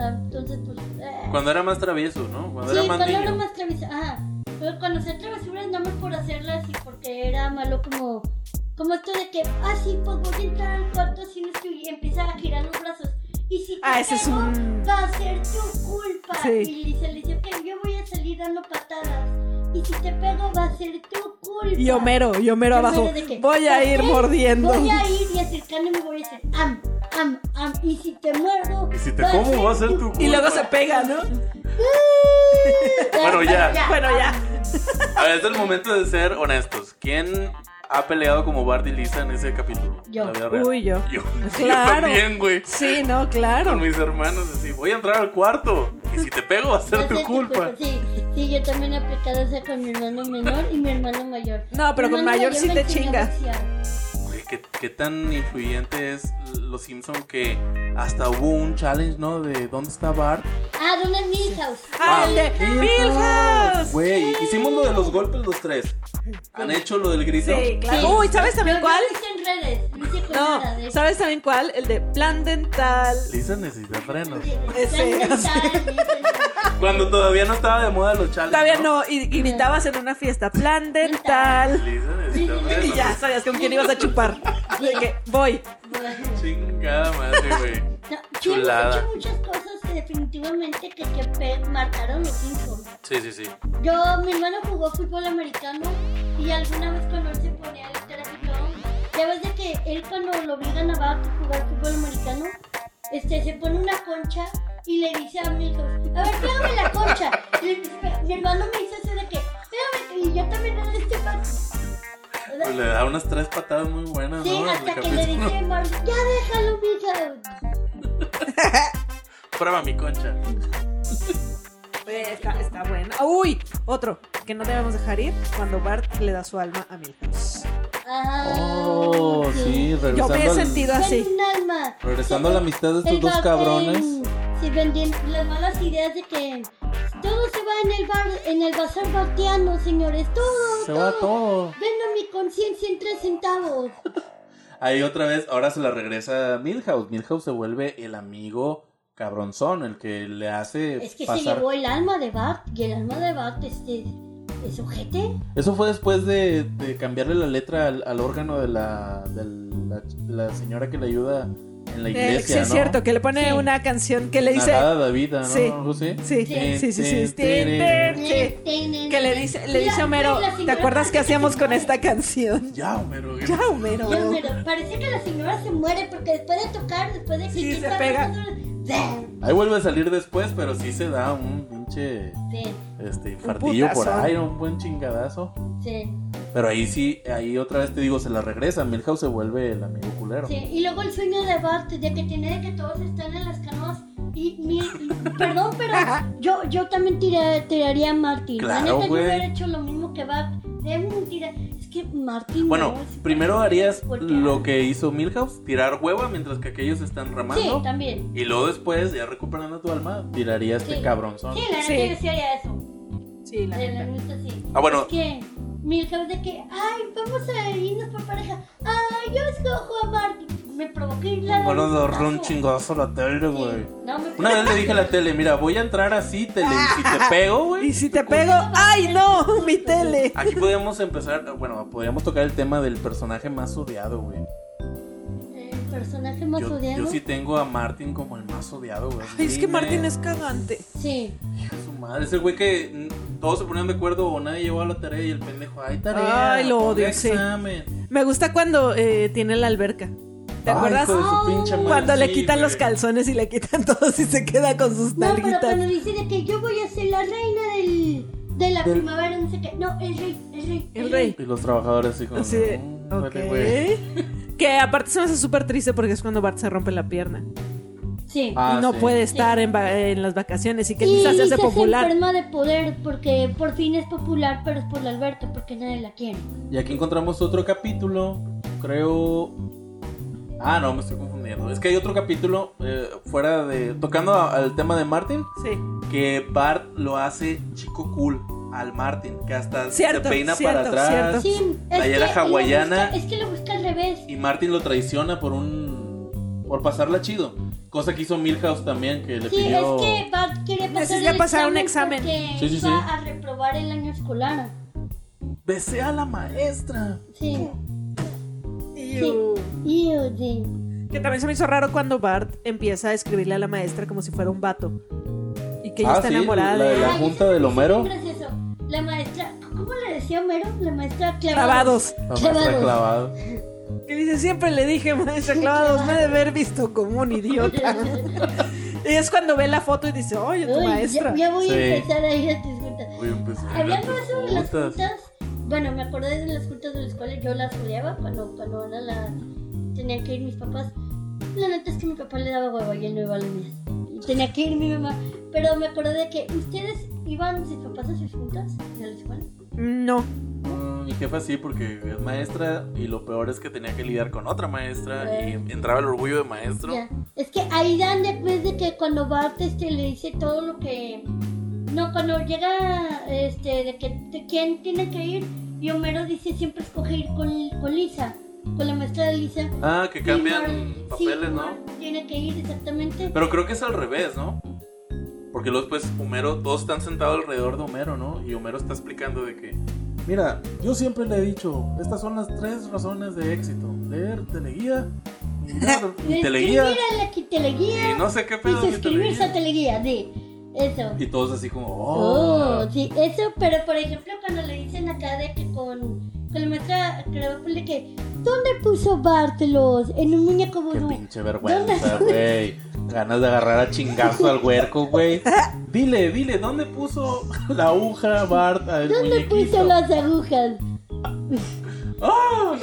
B: Ah, entonces, pues... eh.
A: Cuando era más travieso, ¿no? Cuando
B: Sí,
A: era más
B: cuando
A: niño.
B: era más travieso. Ajá. Pero cuando hacía travesuras, nada más por hacerlas y porque era malo, como, como esto de que, ah, sí, pues voy a entrar al cuarto si no estoy. Y empieza a girar los brazos. Y si te
C: Ah, ese es
B: pego,
C: un-
B: va a ser tu culpa.
C: Sí.
B: Y Lisa le dice, ok, yo voy a salir dando patadas. Y si te pego, va a ser tu culpa.
C: Y Homero, y Homero abajo.
B: de que,
C: Voy a
B: "¿Sabes
C: ir
B: qué?
C: mordiendo.
B: Voy a ir y acercándome y voy a decir, am, am, am. Y si te muerdo.
A: Y si te como, va a ser
B: [LAUGHS]
A: tu
C: Y luego se pega, ¿no?
A: Bueno, ya.
C: Bueno, ya.
A: A ver, es el momento de ser honestos. ¿Quién ha peleado como Bart y Lisa en ese capítulo?
B: Yo.
A: En la vida real.
C: Uy, yo.
A: Yo, [LAUGHS]
C: Claro.
A: yo también, güey.
C: Sí, no, claro.
A: Con mis hermanos, así, voy a entrar al cuarto. Y si te pego, va a
B: Va
A: ser
B: a
A: tu
B: ser
A: culpa.
B: Sí, sí, yo también he aplicado esa con mi hermano menor y mi hermano mayor.
C: No, pero
B: Mi
C: con
B: hermano
C: mayor sí
B: me
C: te
B: enseñó a
C: chingas.
B: boxear.
A: Güey, ¿qué, qué tan influyente es Los Simpson que hasta hubo un challenge, ¿no? De dónde está Bart.
B: Ah, ¿dónde es Milhouse?
C: Ah, el de
A: Milhouse.
C: Milhouse.
A: Güey, hicimos lo de los golpes los tres. Han hecho lo del grito.
C: Sí,
B: Sí.
C: claro. Uy, ¿sabes
B: Yo
C: también
B: lo
C: cuál?
B: hice en redes, lo hice con
C: No,
B: nada de eso.
C: ¿sabes también cuál? El de plan dental.
A: Lisa necesita frenos.
C: Ese,
B: Plan
C: así.
B: dental, [LAUGHS]
A: Cuando todavía no estaba de moda los chales.
C: Todavía no, y y gritabas en una fiesta, plan dental.
A: Lisa necesita frenos.
C: Y ya sabías con quién ibas a chupar. De que voy.
B: bueno.
A: Chingada madre, güey.
B: No, sí hemos
A: Chulada.
B: hecho muchas cosas que definitivamente que, que pe- marcaron los Simpsons.
A: Sí, sí, sí.
B: Yo, mi hermano jugó fútbol americano y alguna vez cuando él se ponía el tráfico, ya ves de que él cuando lo obligan a Bart a jugar fútbol americano, este, se pone una concha y le dice a mi hijo, a ver, pégame la concha. Y le dice- mi hermano me hizo eso de que, pégame, y yo también le este pato. O sea,
A: Pues le da unas tres patadas muy buenas,
B: Sí,
A: ¿no?
B: hasta
A: El
B: que le
A: capítulo.
B: dice Bart, ya déjalo, mija.
A: Prueba mi concha.
C: Eh, Está, está bueno. Uy, otro que no debemos dejar ir cuando Bart le da su alma a Milhouse.
B: Ah,
A: Oh,
B: ok.
A: sí,
C: Yo
A: regresando.
C: me he
A: al-
C: sentido
B: Ven
C: así.
B: un alma.
A: Regresando a la amistad de estos
B: El
A: dos
B: bar
A: cabrones.
B: en- Se vendían las malas ideas de que todo se va en el bar, en el bazar bartiano, señores. Todo,
A: Se va todo.
B: Vendo mi conciencia en tres centavos.
A: Ahí otra vez, ahora se la regresa a Milhouse. Milhouse se vuelve el amigo cabronzón, el que le hace
B: Es que se
A: pasar.
B: llevó el alma de Bart y el alma de Bart este, es ojete.
A: Eso fue después de, de cambiarle la letra al, al órgano de la, de la, la señora que le ayuda en la
C: Eh,
A: iglesia.
C: sí, es
A: ¿no?
C: cierto, que le pone
B: Sí.
C: una canción que le dice.
A: Nadada David, ¿no?
C: Sí.
A: Algo así.
C: Sí,
A: Tin,
C: sí, sí, sí.
A: tin,
C: sí.
A: tin,
C: Sí. Que le dice,
B: Mira,
C: le dice a Homero,
B: la señora
C: ¿te acuerdas qué
B: parece
C: hacíamos
B: se
C: con
B: muere".
C: esta canción? [LAUGHS]
A: Ya, Homero.
C: Ya, Homero.
B: Ya, Homero, parece que la señora se muere porque después de tocar, después de que
C: Sí, se
B: quitar
C: pega.
B: las cosas,
A: Ahí vuelve a salir después, pero sí se da un pinche
B: ¡Ven!
A: este, infartillo por
C: putazón.
A: ahí, un buen chingadazo.
B: ¡Ven!
A: Pero ahí sí, ahí otra vez te digo, se la regresa. Milhouse se vuelve el amigo culero.
B: Sí, y luego el sueño de Bart, de que tiene de que todos están en las canoas. Y mi, perdón, pero yo, yo también tira- tiraría a Martin.
A: Claro,
B: la neta,
A: güey.
B: yo hubiera hecho lo mismo que Bart. Debo tirar. Es que Martin.
A: Bueno,
B: no, es-
A: primero harías
B: Porque-
A: lo que hizo Milhouse, tirar hueva mientras que aquellos están
B: Sí,
A: ramando.
B: también.
A: y luego después, ya recuperando tu alma, tiraría a este
B: Sí.
A: cabronzón.
B: Sí, la neta,
C: Sí.
B: yo sí haría eso.
C: [LAUGHS] Sí, la
B: De la
C: neta.
B: neta, sí.
A: Ah, bueno,
B: Es que. Milhouse de que, ay, vamos a irnos por pareja. Ay, yo escojo a Bart. Me provoqué ir la
A: bueno,
B: neta,
A: darle un
B: paso.
A: chingazo a la tele,
B: Sí,
A: güey.
B: No, me
A: Una vez le dije a la tele, mira, voy a entrar así, tele, y si
B: [LAUGHS]
A: te pego, güey.
C: Y si te pego, ¡ay no! [LAUGHS] Mi tele.
A: Aquí podríamos empezar, bueno, podríamos tocar el tema del personaje más odiado, güey.
B: El personaje más
A: Yo,
B: odiado.
A: yo sí tengo a Martin como el más odiado, güey.
C: Ay, es que
A: Dime,
C: Martín es cagante.
B: Sí.
A: hijo de su madre, ese güey que mm, todos se ponían de acuerdo o nadie llevaba la tarea y el pendejo, ay, tarea.
C: Ay, lo
A: ponga
C: odio, sí.
A: examen".
C: Me gusta cuando eh, tiene la alberca. ¿Te
A: Ay,
C: acuerdas?
A: hijo de su
B: Ah,
A: pinche madre,
C: Cuando le
A: sí,
C: quitan
A: güey.
C: los calzones y le quitan [LAUGHS] todos y se queda con sus
B: No, pero
C: nalguitas.
B: cuando dice de que yo voy a ser la reina del, de la
A: Del-
B: primavera, no sé qué. No, el rey, el rey.
C: El rey.
A: Y los trabajadores así como.
C: Así de,
A: "Mm, vale,
C: ok.
A: güey".
C: Que aparte se me hace súper triste porque es cuando Bart se rompe la pierna.
B: Sí.
A: Ah,
C: y no
A: sí.
C: puede estar en, va- en las vacaciones y que
B: y
C: Lisa se
B: [LAUGHS]
C: hace
B: Lisa se
C: popular.
B: enferma de poder porque por fin es popular, pero es por la alberca porque nadie la quiere.
A: Y aquí encontramos otro capítulo, creo. Ah, no, me estoy confundiendo. Es que hay otro capítulo eh, fuera de. Tocando a- al tema de Martin,
C: Sí,
A: que Bart lo hace chico cool al Martin, que hasta
C: Cierto,
A: se peina
C: cierto,
A: para
C: Ah.
A: atrás.
B: Sí, es
A: Playera
B: que lo
A: hawaiana.
B: busca- es que lo busca al revés.
A: Y Martin lo traiciona por un. por pasarla chido. Cosa que hizo Milhouse también, que le
B: Sí,
A: pidió.
B: es que Bart quiere pasar,
C: Necesita
B: el
C: pasar un examen.
B: porque
A: Sí, sí, sí.
B: iba a reprobar el año escolar.
A: Besé a la maestra.
B: Sí.
C: Iu.
B: Y eh, sí.
C: uh, Que también se me hizo raro cuando Bart empieza a escribirle a la maestra como si fuera un vato. Y que ella
A: Ah,
C: está
A: sí,
C: enamorada
A: la de
C: de
A: la-
B: Ay,
A: junta
B: eso
A: del
B: sí,
A: Homero.
B: sí, gracioso. La maestra, ¿cómo le decía Homero? La maestra clavados.
C: clavados.
A: La maestra
B: Clavados.
A: clavado.
C: Que dice, siempre le dije, maestra clavados, me he de haber visto como
B: [LAUGHS]
C: un idiota. y es cuando ve la foto y dice, oye, tu
B: Uy,
C: maestra.
B: Ya, ya voy
A: Sí.
B: a empezar a ir a tus juntas.
A: Voy a empezar a
B: Hablando
A: ver
B: de
A: tus
B: eso de las
A: juntas.
B: juntas, bueno, me acordé de las juntas de las cuales yo las odiaba cuando, cuando era la, tenían que ir mis papás. La neta es que mi papá le daba hueva y él no iba a las mías. Y tenía que ir mi mamá. Pero me acordé de que ustedes iban sus papás a sus juntas a la escuela.
C: No,
A: Mm, Mi jefa sí, porque es maestra y lo peor es que tenía que lidiar con otra maestra y
B: Bueno.
A: entraba el orgullo de maestro.
B: Eh. Ya. Es que ahí dan después de que cuando Bart este, le dice todo lo que. No, cuando llega este, de que de quién tiene que ir, y Homero dice siempre escoge ir con, con Lisa. con la maestra de Lisa.
A: Ah, que cambian
B: Y Mar- sí,
A: papeles,
B: Mar
A: ¿no?
B: Tiene que ir exactamente. Pues,
A: Pero creo que es al revés, ¿no? Porque luego pues Homero, todos están sentados alrededor de Homero, ¿no? Y Homero está explicando de que, mira, yo siempre le he dicho, estas son las tres razones de éxito. Leer teleguía,
B: [LAUGHS]
A: mirar
B: Y
A: teleguía
B: Escribir a la que teleguía
A: y no sé qué
B: y
A: pedo. que
B: suscribirse a
A: teleguía".
B: teleguía, sí. Eso.
A: Y todos así como,
B: Oh,
A: oh.
B: sí, eso, pero por ejemplo cuando le dicen acá de que con, con la maestra Crabapple de que ¿Dónde puso Bartelos? En un muñeco
A: Qué
B: vudú.
A: pinche vergüenza, güey. Ganas de agarrar a chingazo al huerco,
B: [LAUGHS]
A: güey. Dile, dile, ¿dónde puso la aguja Bart al
B: ¿Dónde
A: muñequito?
B: puso las agujas?
A: ¡Ah!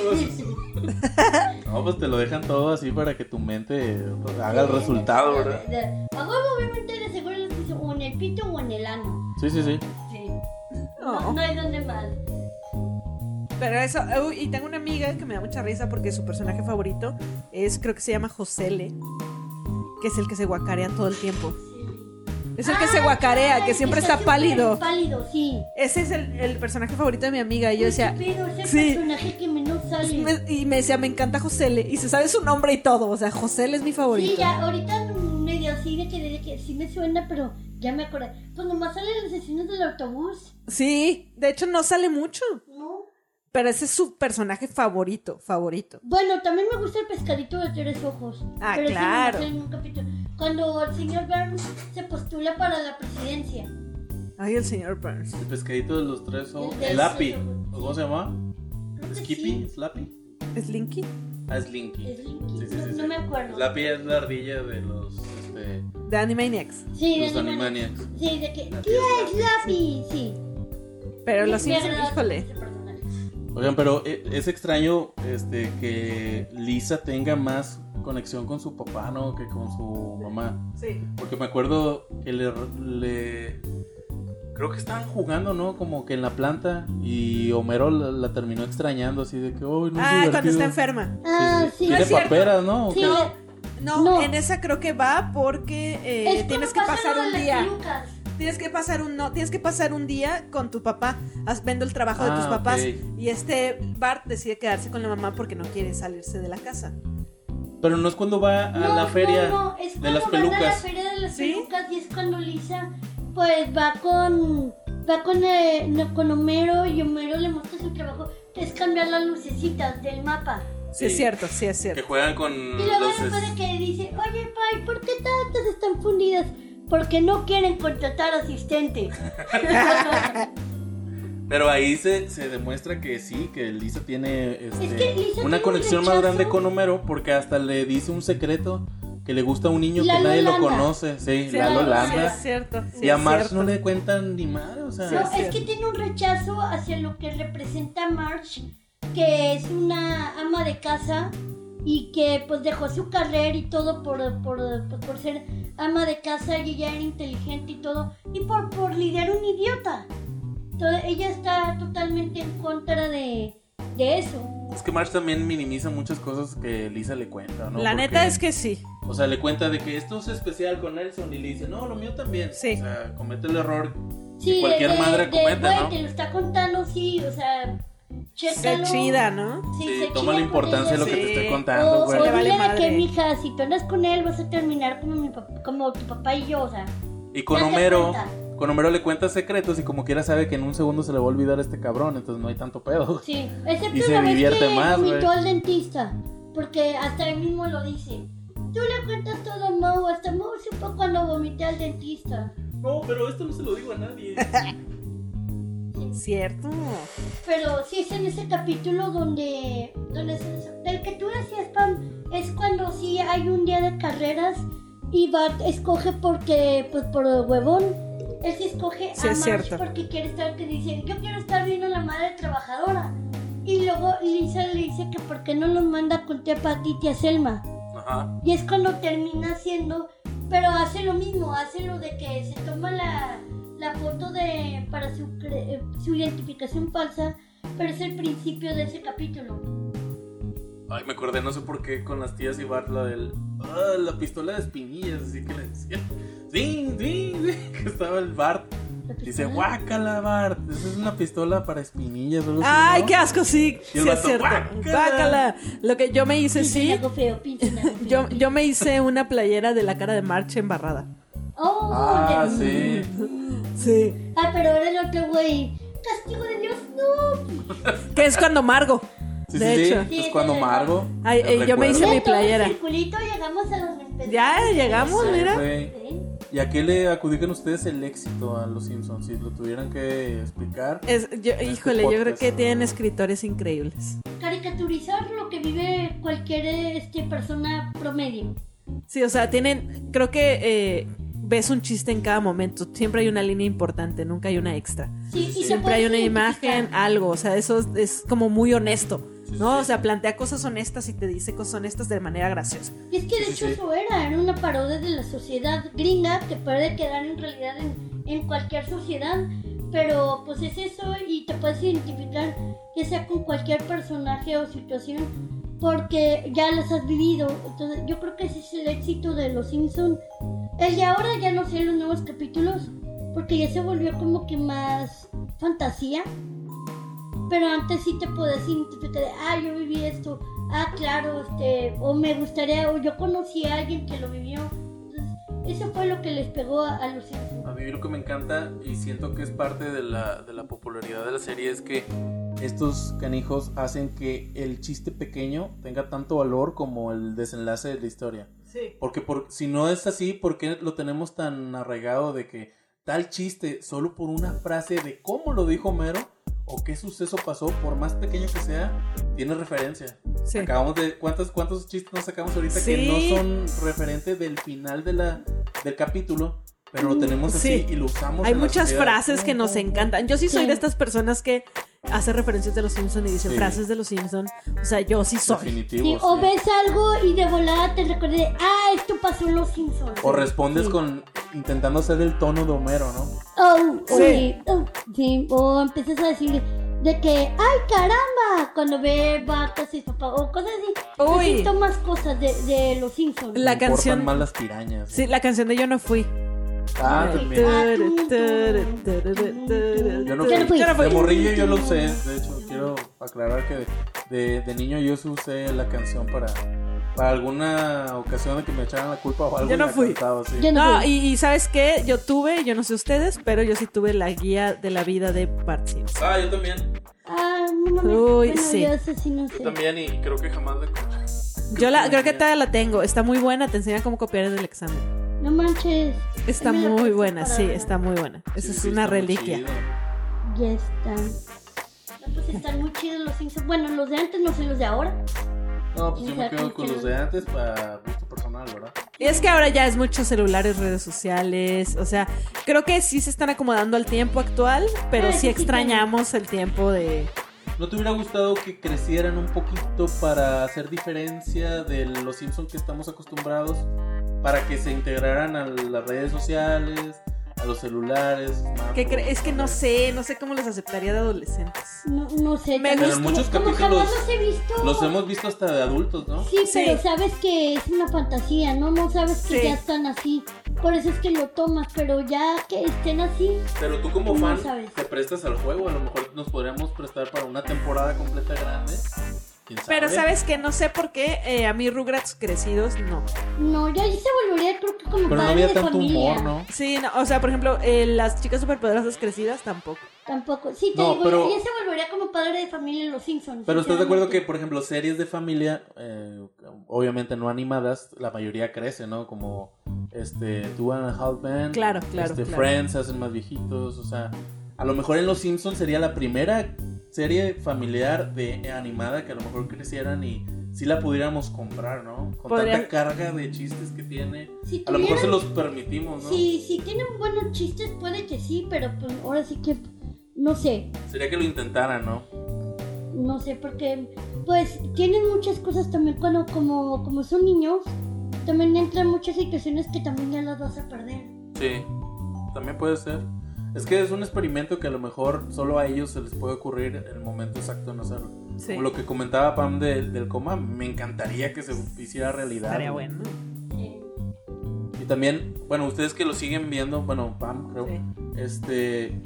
A: No, no, pues te lo dejan todo así para que tu mente pues, haga el resultado, ¿verdad?
B: A huevo obviamente de seguro les puso o en el pito o en el ano.
A: Sí, sí, sí.
B: Sí. No,
C: Oh.
B: no hay donde más.
C: Pero eso, uy, y tengo una amiga que me da mucha risa porque su personaje favorito es, creo que se llama Josele, que es el que se guacarea todo el tiempo. Es el que
B: Ah,
C: se guacarea, que siempre está pálido.
B: Pálido, sí.
C: Ese es el, el personaje favorito de mi amiga. Y yo decía,
B: Pero ese
C: sí.
B: personaje que menos sale.
C: me- y me decía, me encanta Josele. Y se sabe su nombre y todo. O sea, Josele es mi
B: Sí,
C: favorito.
B: ya, ahorita medio así de que, de que sí me suena, pero ya me acordé. Pues nomás salen las escenas del autobús,
C: Sí, de hecho no sale mucho.
B: ¿no?
C: Pero ese es su personaje favorito, favorito.
B: Bueno, también me gusta el pescadito de tres ojos.
C: Ah,
B: pero ese no
C: claro.
B: sale en un capítulo. Cuando el señor Burns se postula para la presidencia.
C: Ay, el señor Burns.
A: El pescadito de los tres ojos.
B: El de
A: El
B: los
A: api.
B: tres ojos.
A: ¿Cómo se llama?
B: Creo que
A: ¿Skippy?
B: sí,
A: ¿Slappy?
C: ¿Slinky?
A: Ah, Slinky.
B: es Linky,
A: Sí, sí,
B: no,
A: sí, sí.
B: no me acuerdo.
A: Slappy es la ardilla de los, este,
C: De Animaniacs.
B: Sí, de
A: los
B: Animaniacs.
A: Animaniacs.
B: Sí, de que.
A: La
B: ¿Quién
A: tía
B: es
A: Slappy,
B: Lappy? Sí.
C: Pero
B: Me-
C: los
B: me
C: Simpsons,
B: agrada
C: híjole.
B: ese personaje.
A: Oigan, pero e- es extraño este, que Lisa tenga más conexión con su papá, ¿no? Que con su mamá.
C: Sí.
A: Porque me acuerdo que le... le- Creo que estaban jugando, ¿no? Como que en la planta y Homero la, la terminó extrañando así de que, oh, no es
C: Ah, cuando
A: divertido".
C: está enferma.
B: Ah,
A: Sí, sí.
B: sí.
C: No
A: Tiene
C: es cierto.
A: paperas, ¿no? ¿O
B: Sí.
A: qué?
C: No, No,
B: No.
C: en esa creo que va porque eh,
B: Es
C: tienes que
B: cuando pasa
C: pasar
B: lo de
C: un
B: las
C: día.
B: pelucas.
C: Tienes que pasar un no, tienes que pasar un día con tu papá, haz- viendo el trabajo de
A: Ah,
C: tus papás.
A: ok.
C: Y este Bart decide quedarse con la mamá porque no quiere salirse de la casa.
A: Pero no es cuando va a
B: No,
A: la
B: no,
A: feria
B: no, es
A: de las
B: cuando van a la
A: pelucas.
B: feria de las
C: ¿Sí?
B: pelucas y es cuando Lisa pues va con va con, eh, no, con Homero y Homero le muestra su trabajo que es cambiar las lucecitas del mapa.
C: Sí, es
A: Sí.
C: cierto, sí es
A: Que
C: cierto.
A: juegan con
B: Y luego
A: los...
B: después de que dice, oye Pai, ¿por qué tantas están fundidas? Porque no quieren contratar asistente.
A: [LAUGHS]
B: [LAUGHS]
A: Pero ahí se, se demuestra que sí, que Lisa tiene este,
B: Es que Lisa tiene
A: una
B: un
A: conexión más
B: rechazo.
A: grande con Homero porque hasta le dice un secreto que le gusta a un niño que
B: Lalo
A: nadie lo
B: Landa.
A: conoce, sí,
C: Sí,
A: Lalo
B: Lalo
A: Landa.
B: Landa.
C: Sí es cierto. sí
A: y a
C: es
A: Marge
C: cierto.
A: no le cuentan ni madre, o sea,
C: Sí,
B: No,
C: es
B: es que
C: cierto.
B: tiene un rechazo hacia lo que representa Marge, que es una ama de casa y que pues dejó su carrera y todo por, por, pues, por ser ama de casa y ella era inteligente y todo, y por, por lidiar un idiota. Entonces, ella está totalmente en contra de, de eso.
A: es que Marge también minimiza muchas cosas que Lisa le cuenta, ¿no?
C: La neta es que sí.
A: O sea, le cuenta de que esto es especial con Nelson y le dice, no, lo mío también.
C: Sí.
A: O sea, comete el error.
B: Sí,
A: cualquier
B: de-
A: madre
B: de,
A: comete,
B: güey,
A: ¿no?
B: te lo está contando, sí, o sea,
C: Se
B: chécalo.
C: chida, ¿no?
B: Sí,
A: Sí, toma
B: se
A: la
B: chida con Oh,
A: importancia de lo
B: ella.
A: que te
C: Sí.
A: está
B: O,
A: contando,
B: o
A: güey.
C: le vale
B: dile de
C: madre.
B: que, mija, si tú andas con él, vas a terminar como, mi pap- como tu papá y yo, o sea.
A: Y con
B: Date
A: Homero,
B: cuenta.
A: con Homero le cuenta secretos y como quiera sabe que en un segundo se le va a olvidar a este cabrón, entonces no hay tanto pedo.
B: Sí, excepto
A: Y se
B: la vez
A: divierte
B: que
A: más,
B: vomitó
A: güey.
B: al dentista, porque hasta él mismo lo dice. Tú le cuentas todo a Mau, hasta Mau supo cuando vomité al dentista.
A: No, pero esto no se lo digo a [LAUGHS] nadie.
C: Cierto.
B: Pero sí es en ese capítulo donde, donde se- del que tú decías, Pam, es cuando sí hay un día de carreras y Bart escoge porque, pues por el huevón, él sí escoge
C: Sí,
B: a
C: es
B: Marge
C: cierto.
B: porque quiere estar, que dice, yo quiero estar viendo a la madre trabajadora. Y luego Lisa le dice que por qué no los manda con tía Patty y tía Selma.
A: Ajá.
B: Y es cuando termina haciendo, pero hace lo mismo, hace lo de que se toma la, la foto de para su, cre- eh, su identificación falsa, pero es el principio de ese capítulo.
A: Ay, me acordé, no sé por qué, con las tías y Bart, la del. Ah, [LAUGHS] la pistola de espinillas, así que le decía. ¡Ding, ding, ding! Que estaba el Bart
B: la pistola.
A: Dice, guácala, Bart. Esa es una pistola para espinillas. o algo así,
C: Ay,
A: ¿no?
C: qué asco,
A: Y
C: sí,
A: el
C: sí es
A: vato,
C: cierto.
A: "Guácala".
C: Bácala. Lo que yo me hice,
B: Pinche
C: sí.
B: naco feo, pinche naco feo.
C: Yo, yo me hice una playera de la cara de March embarrada.
B: Oh,
A: Ah,
B: de-
A: sí.
C: Sí.
B: Ah, pero ahora el otro güey. Castigo de Dios, no.
C: Que es cuando Margo.
A: Sí,
C: de
A: sí,
C: hecho.
A: sí. Es cuando Margo.
C: Ay,
A: el
C: eh, yo me hice
A: recuerdo.
C: mi
B: Todo
C: playera.
B: el circulito llegamos a los respetos.
C: Ya llegamos, mira.
A: Sí. ¿Y a qué le acudirían ustedes el éxito a los Simpsons? Si lo tuvieran que explicar.
C: Es- yo- híjole, yo
A: Este
C: creo
A: podcast,
C: que
A: ¿no?
C: tienen escritores increíbles.
B: Caricaturizar lo que vive cualquier este, persona promedio.
C: Sí, o sea, tienen. Creo que eh, ves un chiste en cada momento. Siempre hay una línea importante, nunca hay una extra.
B: Sí, y se
C: Siempre hay
B: puede
C: una
B: identificar.
C: imagen, algo. O sea, eso es, es como muy honesto.
A: Sí,
C: ¿No?
A: sí.
C: O sea, plantea cosas honestas y te dice cosas honestas de manera graciosa.
B: Y es que
A: Sí,
B: de
A: sí,
B: hecho
A: sí.
B: eso era, era una parodia de la sociedad gringa que puede quedar en realidad en, en cualquier sociedad, pero pues es eso y te puedes identificar ya sea con cualquier personaje o situación porque ya las has vivido. Entonces yo creo que ese es el éxito de Los Simpsons. El de ahora ya no sé los nuevos capítulos porque ya se volvió como que más fantasía. Pero antes sí te podías identificar, de, ah, yo viví esto, ah, claro, este, o me gustaría, o yo conocí a alguien que lo vivió. Entonces, eso fue lo que les pegó a, a los Simpsons.
A: A mí lo que me encanta y siento que es parte de la, de la popularidad de la serie es que estos canijos hacen que el chiste pequeño tenga tanto valor como el desenlace de la historia.
C: Sí.
A: Porque por- si no es así, ¿por qué lo tenemos tan arraigado de que tal chiste solo por una frase de cómo lo dijo Homero o qué suceso pasó, por más pequeño que sea, tiene referencia?
C: Sí.
A: Acabamos de. ¿Cuántos, cuántos chistes nos sacamos ahorita
C: Sí.
A: que no son referentes del final de la, del capítulo? Pero lo tenemos así
C: Sí.
A: y lo usamos.
C: Hay
A: en la
C: muchas
A: sociedad.
C: frases que nos encantan. Yo sí soy
B: Sí.
C: de estas personas que hace referencias de los Simpson y dicen
A: Sí.
C: frases de los Simpson. O sea, yo sí soy.
A: Definitivo,
B: Sí, o
A: sí.
B: ves algo y de volada te recuerda, de, ah, esto pasó en los Simpsons.
A: O respondes
B: Sí.
A: con. intentando hacer el tono de Homero, ¿no?
B: Oh,
C: Sí.
B: sí. oh, sí. O empiezas a decir de que, ay, caramba, cuando ve vacas y su papá, o cosas así.
C: Uy.
B: Necesito más cosas de, de los Simpsons.
C: La
A: Me importan
C: canción-
A: más las pirañas.
C: Sí, la canción de Yo no fui.
A: Ah,
B: Ay,
A: también.
C: Turu,
B: Ah,
C: turu,
B: tú.
C: turu, turu,
A: Yo no
C: turu.
A: fui.
C: Yo no
A: De
C: fui.
A: morrillo yo lo usé. De hecho, quiero aclarar que de, de niño yo sí usé la canción para. Para alguna ocasión de que me echaran la culpa o algo.
C: Yo
A: y
C: no
A: la
C: fui.
A: cantaba, sí.
B: Yo no
C: No,
B: fui.
C: Ah, y, y ¿sabes qué? Yo tuve, yo no sé ustedes, pero yo sí tuve la guía de la vida de Bart Simpson.
A: Ah, yo también.
B: Ah, no me
C: Uy,
B: bueno,
C: sí.
B: yo eso sí no sé.
A: Yo también y creo que jamás la compré.
C: Yo la, creo que todavía la tengo. Está muy buena, te enseña cómo copiar en el examen.
B: No manches.
C: Está
B: Me la
C: muy
B: puse
C: buena,
B: para
C: sí,
B: ver.
C: está muy buena. Esa
A: Sí,
C: es
A: sí,
C: una
A: está muy
C: reliquia.
A: chido.
B: Ya está. No, pues están muy chidos los Simpsons. Bueno, los de antes no sé los de ahora.
A: No, pues yo me
B: Está
A: quedo
B: muy
A: con los
B: chido.
A: de antes para gusto personal, ¿verdad?
C: Y es que ahora ya es muchos celulares, redes sociales, o sea, creo que sí se están acomodando al tiempo actual, pero
B: Ah,
C: sí
B: sí, sí,
C: extrañamos el tiempo de...
A: ¿No te hubiera gustado que crecieran un poquito para hacer diferencia de los Simpsons que estamos acostumbrados? Para que se integraran a las redes sociales, a los celulares.
C: que cre-
A: smartphones,
C: es que no sé, no sé cómo los aceptaría de adolescentes.
B: No, no sé.
C: Me
B: también
A: gusta. Pero en muchos
B: como-
A: capítulos
B: Como jamás los he visto.
A: Los hemos visto hasta de adultos, ¿no?
B: Sí,
C: Sí.
B: pero sabes que es una fantasía, ¿no? No sabes que
C: Sí.
B: ya están así. Por eso es que lo tomas, pero ya que estén así.
A: Pero tú como
B: No
A: fan
B: sabes.
A: te prestas al juego, a lo mejor nos podríamos prestar para una temporada completa grande. ¿Quién sabe?
C: Pero sabes que no sé por qué eh, a mí Rugrats crecidos no.
B: No, ya ahí se volvería, creo que como
A: Pero no
B: padre
A: había
B: de
A: tanto
B: familia.
A: humor, ¿no?
C: Sí, no, o sea, por ejemplo, eh, las chicas superpoderosas crecidas tampoco.
B: Tampoco. Sí, te
A: No,
B: digo,
A: pero-
B: ya se volvería como padre de familia en los Simpsons.
A: Pero estás de acuerdo que,
B: sinceramente.
A: por ejemplo, series de familia, eh, obviamente no animadas, la mayoría crece, ¿no? Como este, Two and a Half Men,
C: Claro, claro,
A: este,
C: claro.
A: Friends, se hacen más viejitos, o sea, a lo mejor en Los Simpsons sería la primera serie familiar de eh, animada que a lo mejor crecieran y sí la pudiéramos comprar, ¿no? Con
C: Podría-
A: tanta carga de chistes que tiene,
B: Si
A: a lo mejor
B: tuvieran-
A: se los permitimos, ¿no?
B: Sí, si tienen buenos chistes, puede que sí, pero pues ahora sí que no sé,
A: Sería que lo intentaran, ¿no?
B: no sé, porque pues tienen muchas cosas también cuando como, como son niños, también entran muchas situaciones que también ya las vas a perder.
A: Sí, también puede ser. Es que es un experimento que a lo mejor solo a ellos se les puede ocurrir el momento exacto en hacerlo.
C: Sí.
A: Como lo que comentaba Pam de- del coma, me encantaría que se hiciera realidad.
C: Estaría bueno.
B: Eh,
A: Y También, bueno, ustedes que lo siguen viendo, bueno, Pam, creo.
C: Sí.
A: Este.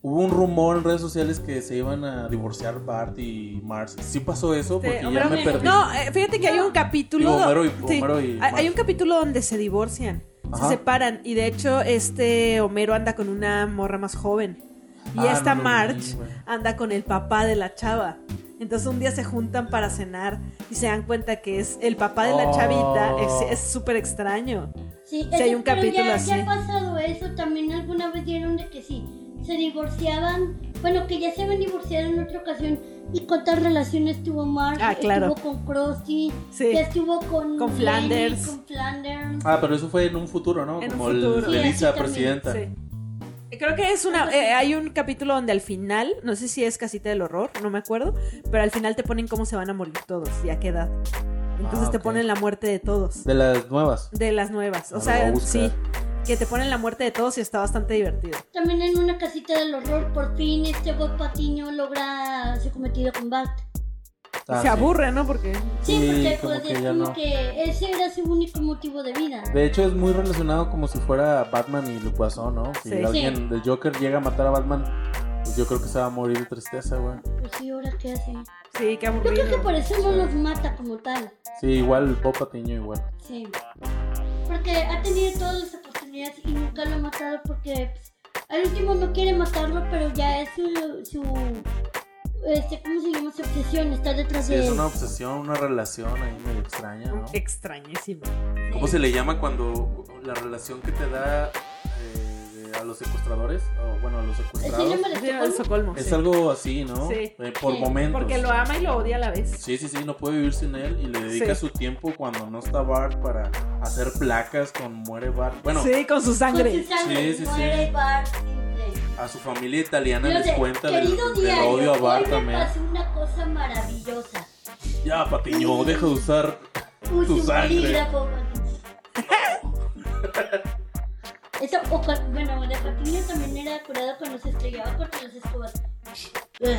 A: Hubo un rumor en redes sociales que se iban a divorciar Bart y Mars. ¿Sí pasó eso? Porque ya
C: Homero-
A: me perdí.
C: No, eh, fíjate que hay un capítulo.
A: Digo, Homero y-
C: do- sí,
A: Homero y
C: hay- hay
A: Marge.
C: un capítulo donde se divorcian,
A: Ajá.
C: se separan y de hecho este Homero anda con una morra más joven y
A: Ah,
C: esta
A: no lo vi,
C: Marge
A: güey.
C: anda con el papá de la chava. Entonces un día se juntan para cenar y se dan cuenta que es el papá de la
A: Oh.
C: chavita. es- Es súper extraño.
B: Sí,
C: Sí, hay un
B: pero
C: capítulo
B: ya,
C: así.
B: ya ha pasado eso, también alguna vez dieron de que sí, se divorciaban, bueno, que ya se habían divorciado en otra ocasión y con otras relaciones tuvo Mark,
C: Ah, claro.
B: estuvo con Krusty,
C: Sí.
B: ya estuvo con,
C: Con
B: Lenny,
C: Flanders.
B: con Flanders.
A: Ah, pero eso fue en un futuro, ¿no?
C: En un
A: Como
C: futuro.
A: el de
B: Sí,
A: Lisa,
B: así también,
A: presidenta.
C: Sí. Creo que es una. eh, hay un capítulo donde al final, no sé si es casita del horror, no me acuerdo, pero al final te ponen cómo se van a morir todos y a qué edad. Entonces
A: Ah,
C: te
A: ok.
C: ponen la muerte de todos.
A: De las nuevas.
C: De las nuevas. O
A: Ah, lo voy
C: sea,
A: a buscar.
C: sí. Que te ponen la muerte de todos y está bastante divertido.
B: También en una casita del horror, por fin este Bob Patiño logra su cometido con Bart.
A: Ah,
C: se
A: sí.
C: aburre, ¿no? Porque.
B: Sí,
A: Sí,
B: porque
A: como
B: pues,
A: que
B: es
A: ya
B: como
A: no.
B: que ese era su único motivo de vida.
A: De hecho, es muy relacionado como si fuera Batman y Lucuazón, ¿no? Si
C: Sí.
A: alguien del Joker llega a matar a Batman, pues yo creo que se va a morir de tristeza, güey.
B: Pues sí, ahora qué hace.
C: Sí, qué
B: Yo creo que
C: aburrido.
B: por eso no los mata como tal.
A: Sí, igual Bob Patiño, igual.
B: Sí. Porque ha tenido todas las oportunidades y nunca lo ha matado porque pues, al último no quiere matarlo, pero ya es su... su este, ¿Cómo se llama? Su obsesión, está detrás
A: Sí,
B: de
A: es
B: él.
A: una obsesión, una relación ahí medio extraña, ¿no?
C: Extrañísimo.
A: ¿Cómo se le llama cuando la relación que te da eh, de- a los secuestradores? O, bueno, a los
B: ¿El
A: secuestrados.
B: síndrome de
C: Sí, el
B: Estocolmo?
C: Socolmo.
A: Es
C: sí.
A: algo así, ¿no?
C: Sí.
A: Eh, por
B: Sí,
A: momentos.
C: Porque lo ama y lo odia a la vez.
A: Sí, sí, sí, no puede vivir sin él y le dedica
C: Sí.
A: su tiempo cuando no está Bart para hacer placas con Muere Bart. Bueno,
C: sí, con su sangre.
B: Con su sangre,
A: Sí, sí, sí.
B: muere Bart, sí.
A: a su familia italiana
B: Yo
A: les
B: sé,
A: cuenta del,
B: querido
A: del
B: diario,
A: odio a
B: hoy
A: Bart
B: me
A: también.
B: pasó una cosa maravillosa.
A: Ya, Patiño, deja de usar.
B: Puse
A: Tu
B: un
A: sangre.
B: bolígrafo. [LAUGHS] Eso, o con- bueno, de Patiño también era curado cuando se estrellaba contra las escobas. Creo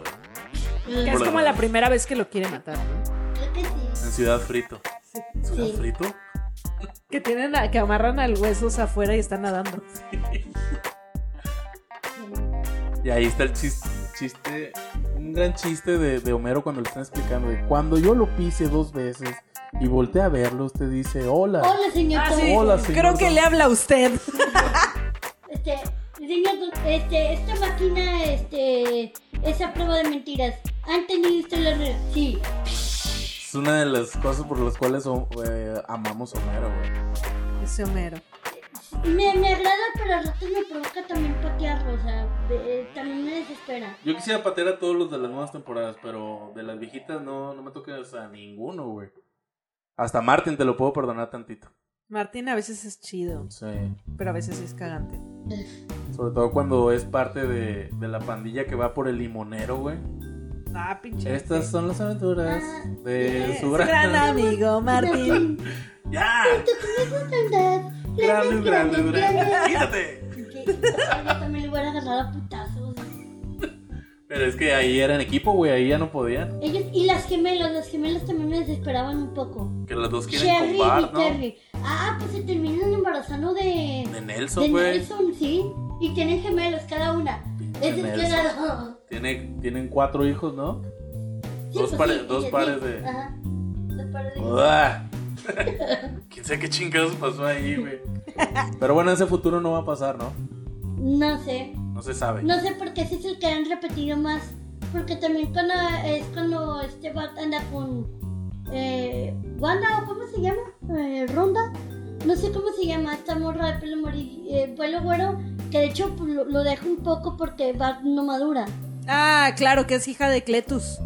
C: Que es como la primera vez que lo quiere matar, ¿no?
B: que sí.
A: En Ciudad Frito.
C: Sí.
A: ¿Ciudad
B: Sí.
A: Frito?
C: Que tienen a- que amarran al huesos afuera y están nadando.
A: Y ahí está el chiste, chiste un gran chiste de, de Homero cuando le están explicando. de, cuando yo lo pise dos veces y volteé a verlo, usted dice, hola.
B: Hola, señor.
C: Ah,
B: Tom.
C: sí.
A: Hola, señor
C: Creo que
A: Tom.
C: le habla a usted.
B: Este, señor, Tom, este, esta máquina, este, es a prueba de mentiras. ¿Han tenido usted la regla? Sí.
A: Es una de las cosas por las cuales oh, eh, amamos a Homero, güey.
C: Ese Homero.
B: Me, me agrada, pero a ratos me provoca también patearlo, o sea, eh, también me desespera.
A: Yo quisiera patear a todos los de las nuevas temporadas, pero de las viejitas no, no me toques a ninguno, güey. Hasta Martin te lo puedo perdonar tantito.
C: Martín a veces es chido,
A: Sí.
C: pero a veces es cagante.
A: Sobre todo cuando es parte de, de la pandilla que va por el limonero, güey.
C: Ah, pinche.
A: Estas
C: Sí,
A: son las aventuras de
B: Ah,
C: es
A: eh, su
C: un
A: gran...
C: gran amigo, Martín.
A: ¡Ya!
B: Andar,
A: ¡Grande,
B: grandes,
A: grande,
B: grandes, grandes.
A: grande! ¡Quítate!
B: Sí, Yo también le hubiera agarrado a putazos.
A: Pero es que ahí eran equipo, güey. Ahí ya no podían.
B: Ellos, y las gemelas, las gemelas también me desesperaban un poco.
A: Que las dos
B: Sherry
A: quieren
B: y
A: con Bart, ¿no?
B: Terry. Ah, pues se terminan embarazando de,
A: De
B: de
A: Nelson, güey.
B: Nelson, sí. Y tienen gemelos cada una.
A: Pinche
B: Es
A: Nelson.
B: desesperado.
A: Tiene, tienen cuatro hijos, ¿no?
B: Sí,
A: Dos
B: pues
A: pares-
B: sí,
A: dos
B: sí,
A: pares
B: sí.
A: de-
B: Ajá. Dos pares de.
A: Uah. [LAUGHS] Quién sabe qué chingados pasó ahí, güey. Pero bueno, ese futuro no va a pasar, ¿no?
B: No sé.
A: No se sabe.
B: No sé por qué ese es el que han repetido más. Porque también cuando es cuando este Bart anda con eh, Wanda o cómo se llama? Eh, Ronda. No sé cómo se llama esta morra de pelo mori- eh, pelo güero. Que de hecho pues, lo, lo deja un poco porque Bart no madura.
C: Ah, claro, que es hija de Cletus.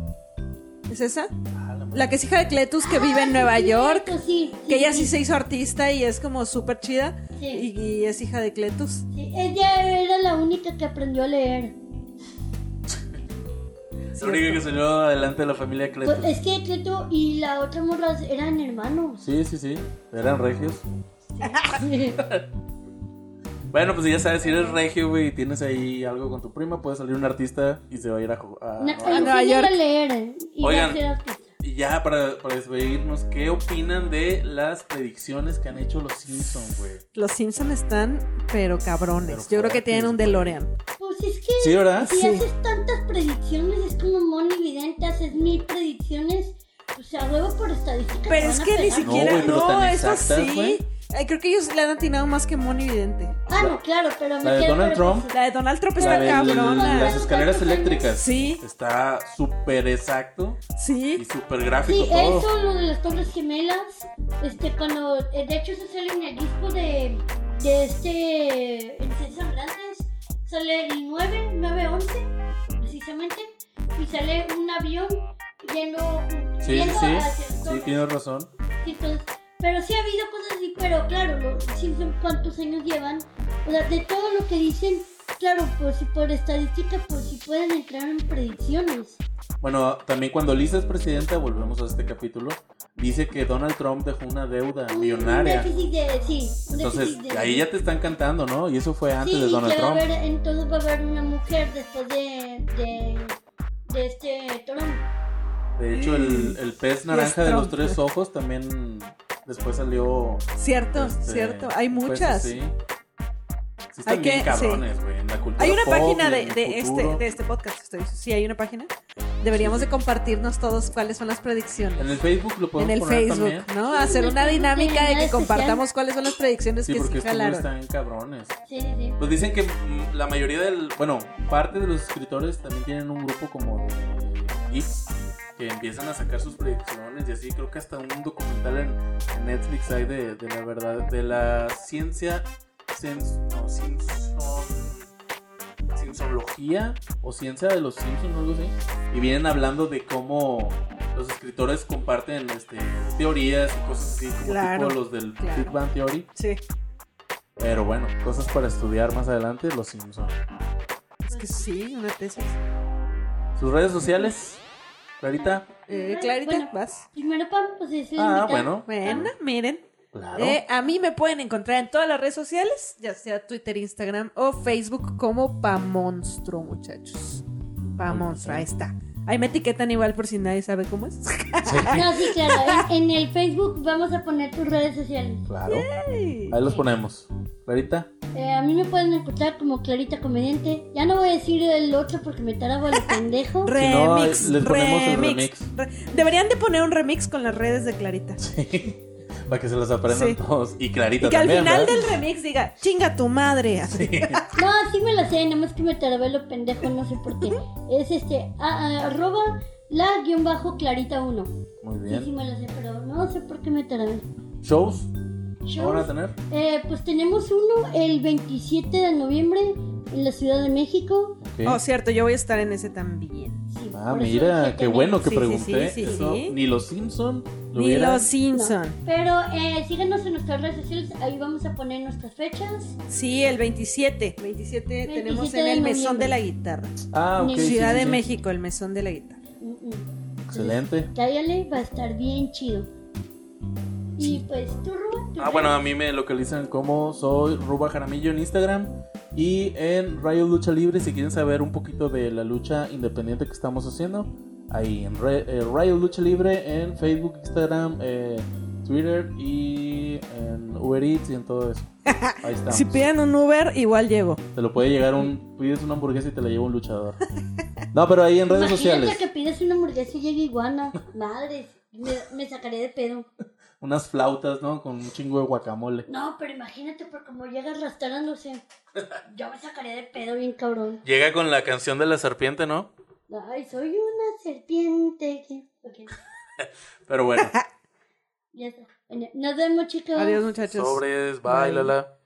C: ¿Es esa?
A: Ah,
C: La que es hija de Cletus que vive en Nueva
B: Sí,
C: York.
B: cierto, sí,
C: Que ella sí se hizo artista y es como súper chida.
B: Sí.
C: Y, y es hija de Cletus.
B: sí. Ella era la única que aprendió a leer.
A: La única que salió adelante de la familia
B: Pues,
A: Cletus.
B: es que Cleto y la otra morra eran
C: [LAUGHS]
B: hermanos.
A: Sí, sí, sí. Eran regios.
C: Ah,
A: Bueno, pues ya sabes, si eres regio, güey, y tienes ahí algo con tu prima, puede salir un artista y se va a ir a jugar.
B: Na-
C: Nueva
B: enséñale
C: York.
B: a leer. eh, Y ya
A: Oigan.
B: será artista.
A: Y ya para, para despedirnos, ¿qué opinan de las predicciones que han hecho los Simpsons, güey?
C: Los Simpson están, pero cabrones.
A: Pero
C: Yo creo que tienen un
A: fuertes, güey.
C: DeLorean.
B: Pues es que
A: Ah, Sí, ¿verdad?
B: si
C: Sí.
B: haces tantas predicciones, es como mono evidente, haces mil predicciones, o sea, huevo por estadística. te
C: Pero es
B: van a
C: que ni
B: pegar.
A: No,
C: siquiera.
A: güey, pero
C: No,
A: tan
C: eso
A: exactas, güey.
C: sí. Ay, creo que ellos le han atinado más que Moni Vidente.
B: Ah, no, claro, pero me
A: de Donald
B: quedo con lo que
A: Trump,
B: sí.
C: La de Donald Trump
A: La
C: está
A: del-
C: cabrona.
A: Las escaleras eléctricas.
C: Sí.
A: Está súper exacto y
C: Sí.
A: súper gráfico
B: Sí,
A: todo.
B: eso, lo de las torres gemelas, este, cuando, eh, de hecho eso sale en el disco de, de este, en César Hernández, sale el 9, 9, 11, precisamente, y sale un avión yendo,
A: Sí, sí,
B: yendo
A: sí.
B: hacia el
A: Sí,
B: sol.
A: tienes razón.
B: Entonces, pero sí ha habido cosas así, pero claro, los Simpson cuántos años llevan, o sea, de todo lo que dicen, claro, pues si por estadística, pues si pueden entrar en predicciones.
A: Bueno, también cuando Lisa es presidenta, volvemos a este capítulo, dice que Donald Trump dejó una deuda millonaria.
B: Un déficit de, sí, un
A: Entonces,
B: déficit de-
A: ahí ya te están cantando, ¿no? Y eso fue antes
B: sí,
A: de Donald
B: que va a
A: Trump.
B: haber, entonces va a haber una mujer después de, de, de este Trump.
A: De hecho, el, el pez naranja
C: es
A: de los
C: Trump.
A: tres ojos también después salió.
C: Cierto,
A: este,
C: cierto. Hay
A: pues,
C: muchas.
A: Sí. Sí, están
C: Hay
A: bien
C: que-
A: cabrones, güey. En la cultura
C: Hay una
A: pop y
C: página
A: en
C: de,
A: el
C: de este,
A: futuro.
C: de este podcast. Estoy, sí, hay una página. Deberíamos de compartirnos todos cuáles son las predicciones.
A: En el Facebook lo
C: En
A: podemos
C: el
A: poner
C: Facebook,
A: también.
C: ¿no?
B: Sí,
C: Hacer
B: en el
C: una
B: Facebook
C: dinámica
B: hay
C: de
B: una
C: que
B: especial.
C: compartamos cuáles son las predicciones
A: Sí,
C: que
A: porque
C: sí
A: estos güeyes
C: jalaron.
A: están cabrones.
B: Sí, sí, sí.
A: Pues dicen que mm, la mayoría del. Bueno, parte de los escritores también tienen un grupo como de geeks que empiezan a sacar sus predicciones y así. Creo que hasta un documental en, en Netflix hay de, de la verdad, de la ciencia. cien- no, Simpson- Simpsonología o ciencia de los Simpsons, algo así. Y vienen hablando de cómo los escritores comparten este, teorías y cosas así, como
C: Claro,
A: tipo los del
C: claro.
A: Big Bang Theory.
C: Sí,
A: Pero bueno, cosas para estudiar más adelante, los Simpson.
C: es que sí, una tesis.
A: Sus redes sociales, Clarita.
C: Eh, Clarita,
B: Bueno.
C: vas.
B: Primero Pam, pues es el
A: Ah,
B: invitado.
A: bueno,
C: Bueno, miren.
A: claro.
C: Eh, a mí me pueden encontrar en todas las redes sociales, ya sea Twitter, Instagram o Facebook, como Pamonstro, muchachos. Pamonstro, ahí está. Ahí me etiquetan igual por si nadie sabe
A: [LAUGHS]
C: cómo es.
A: Sí,
B: No, sí, claro. En, en el Facebook vamos a poner tus redes sociales.
A: claro.
C: Ay.
A: Ahí los ponemos. Clarita.
B: Eh, a mí me pueden encontrar como Clarita Comediante. Ya no voy a decir el otro porque me tarabo el
A: [LAUGHS]
B: pendejo.
A: Si no,
C: Remix,
A: les ponemos el
C: remix.
A: remix.
C: Re- Deberían de poner un remix con las redes de Clarita.
A: [LAUGHS] Para que se las aprendan
C: Sí.
A: todos. Y
C: Y
A: Clarita
C: que al
A: también.
C: final
A: ¿verdad?
C: del remix diga, chinga tu madre. así.
B: No, sí me la sé, nada más que me tarabé lo pendejo, no sé por qué. Es este, a- a- arroba la guión bajo Clarita 1.
A: Muy
B: Sí, sí
A: bien.
B: me la sé, pero no sé por qué me tarabé.
A: Shows, ¿no
B: Shows.
A: van a tener?
B: Eh, pues tenemos uno el 27 de noviembre en la Ciudad de México.
A: Ok.
C: Oh, cierto, yo voy a estar en ese también.
B: Sí,
A: Ah,
B: por eso dije
A: mira, qué
B: también.
A: bueno que
C: Sí, sí,
A: pregunté.
C: sí, sí,
A: Eso,
C: sí.
A: Ni los Simpson lo
C: Ni
A: hubieran-
C: los Simpson.
B: Pero eh, síganos en nuestras redes sociales, ahí vamos a poner nuestras fechas.
C: Sí, el 27. 27, tenemos
B: 27
C: en
B: de
C: el mesón
B: noviembre.
C: de la guitarra.
A: Ah, ok.
B: Ni
A: sí,
C: Ciudad
A: sí,
C: de
A: sí.
C: México, el mesón de la guitarra.
B: Mm, mm.
A: Excelente.
B: Cállale, va a estar bien chido. Y pues tú, Rubén.
A: Ah, bueno, a mí me localizan como soy Ruba Jaramillo en Instagram y en Rayo Lucha Libre. Si quieren saber un poquito de la lucha independiente que estamos haciendo, ahí en Re- eh, Rayo Lucha Libre, en Facebook, Instagram, eh, Twitter y en Uber Eats y en todo eso. Ahí estamos.
C: Si piden un Uber, igual llego.
A: Te lo puede llegar un. Pides una hamburguesa y te la lleva un luchador. No, pero ahí en redes
B: Imagínate
A: sociales.
B: que pides una hamburguesa y llega iguana. Madres, me, me sacaré de pedo.
A: Unas flautas, ¿no? Con un chingo de guacamole.
B: No, pero imagínate por cómo llega arrastrándose. Yo me sacaré de pedo bien cabrón.
A: Llega con la canción de la serpiente, ¿no?
B: Ay, soy una serpiente. que- Ok,
A: Pero bueno,
B: ya está. Bueno, Nos vemos, chicos.
C: Adiós, muchachos.
A: sobres, bailala.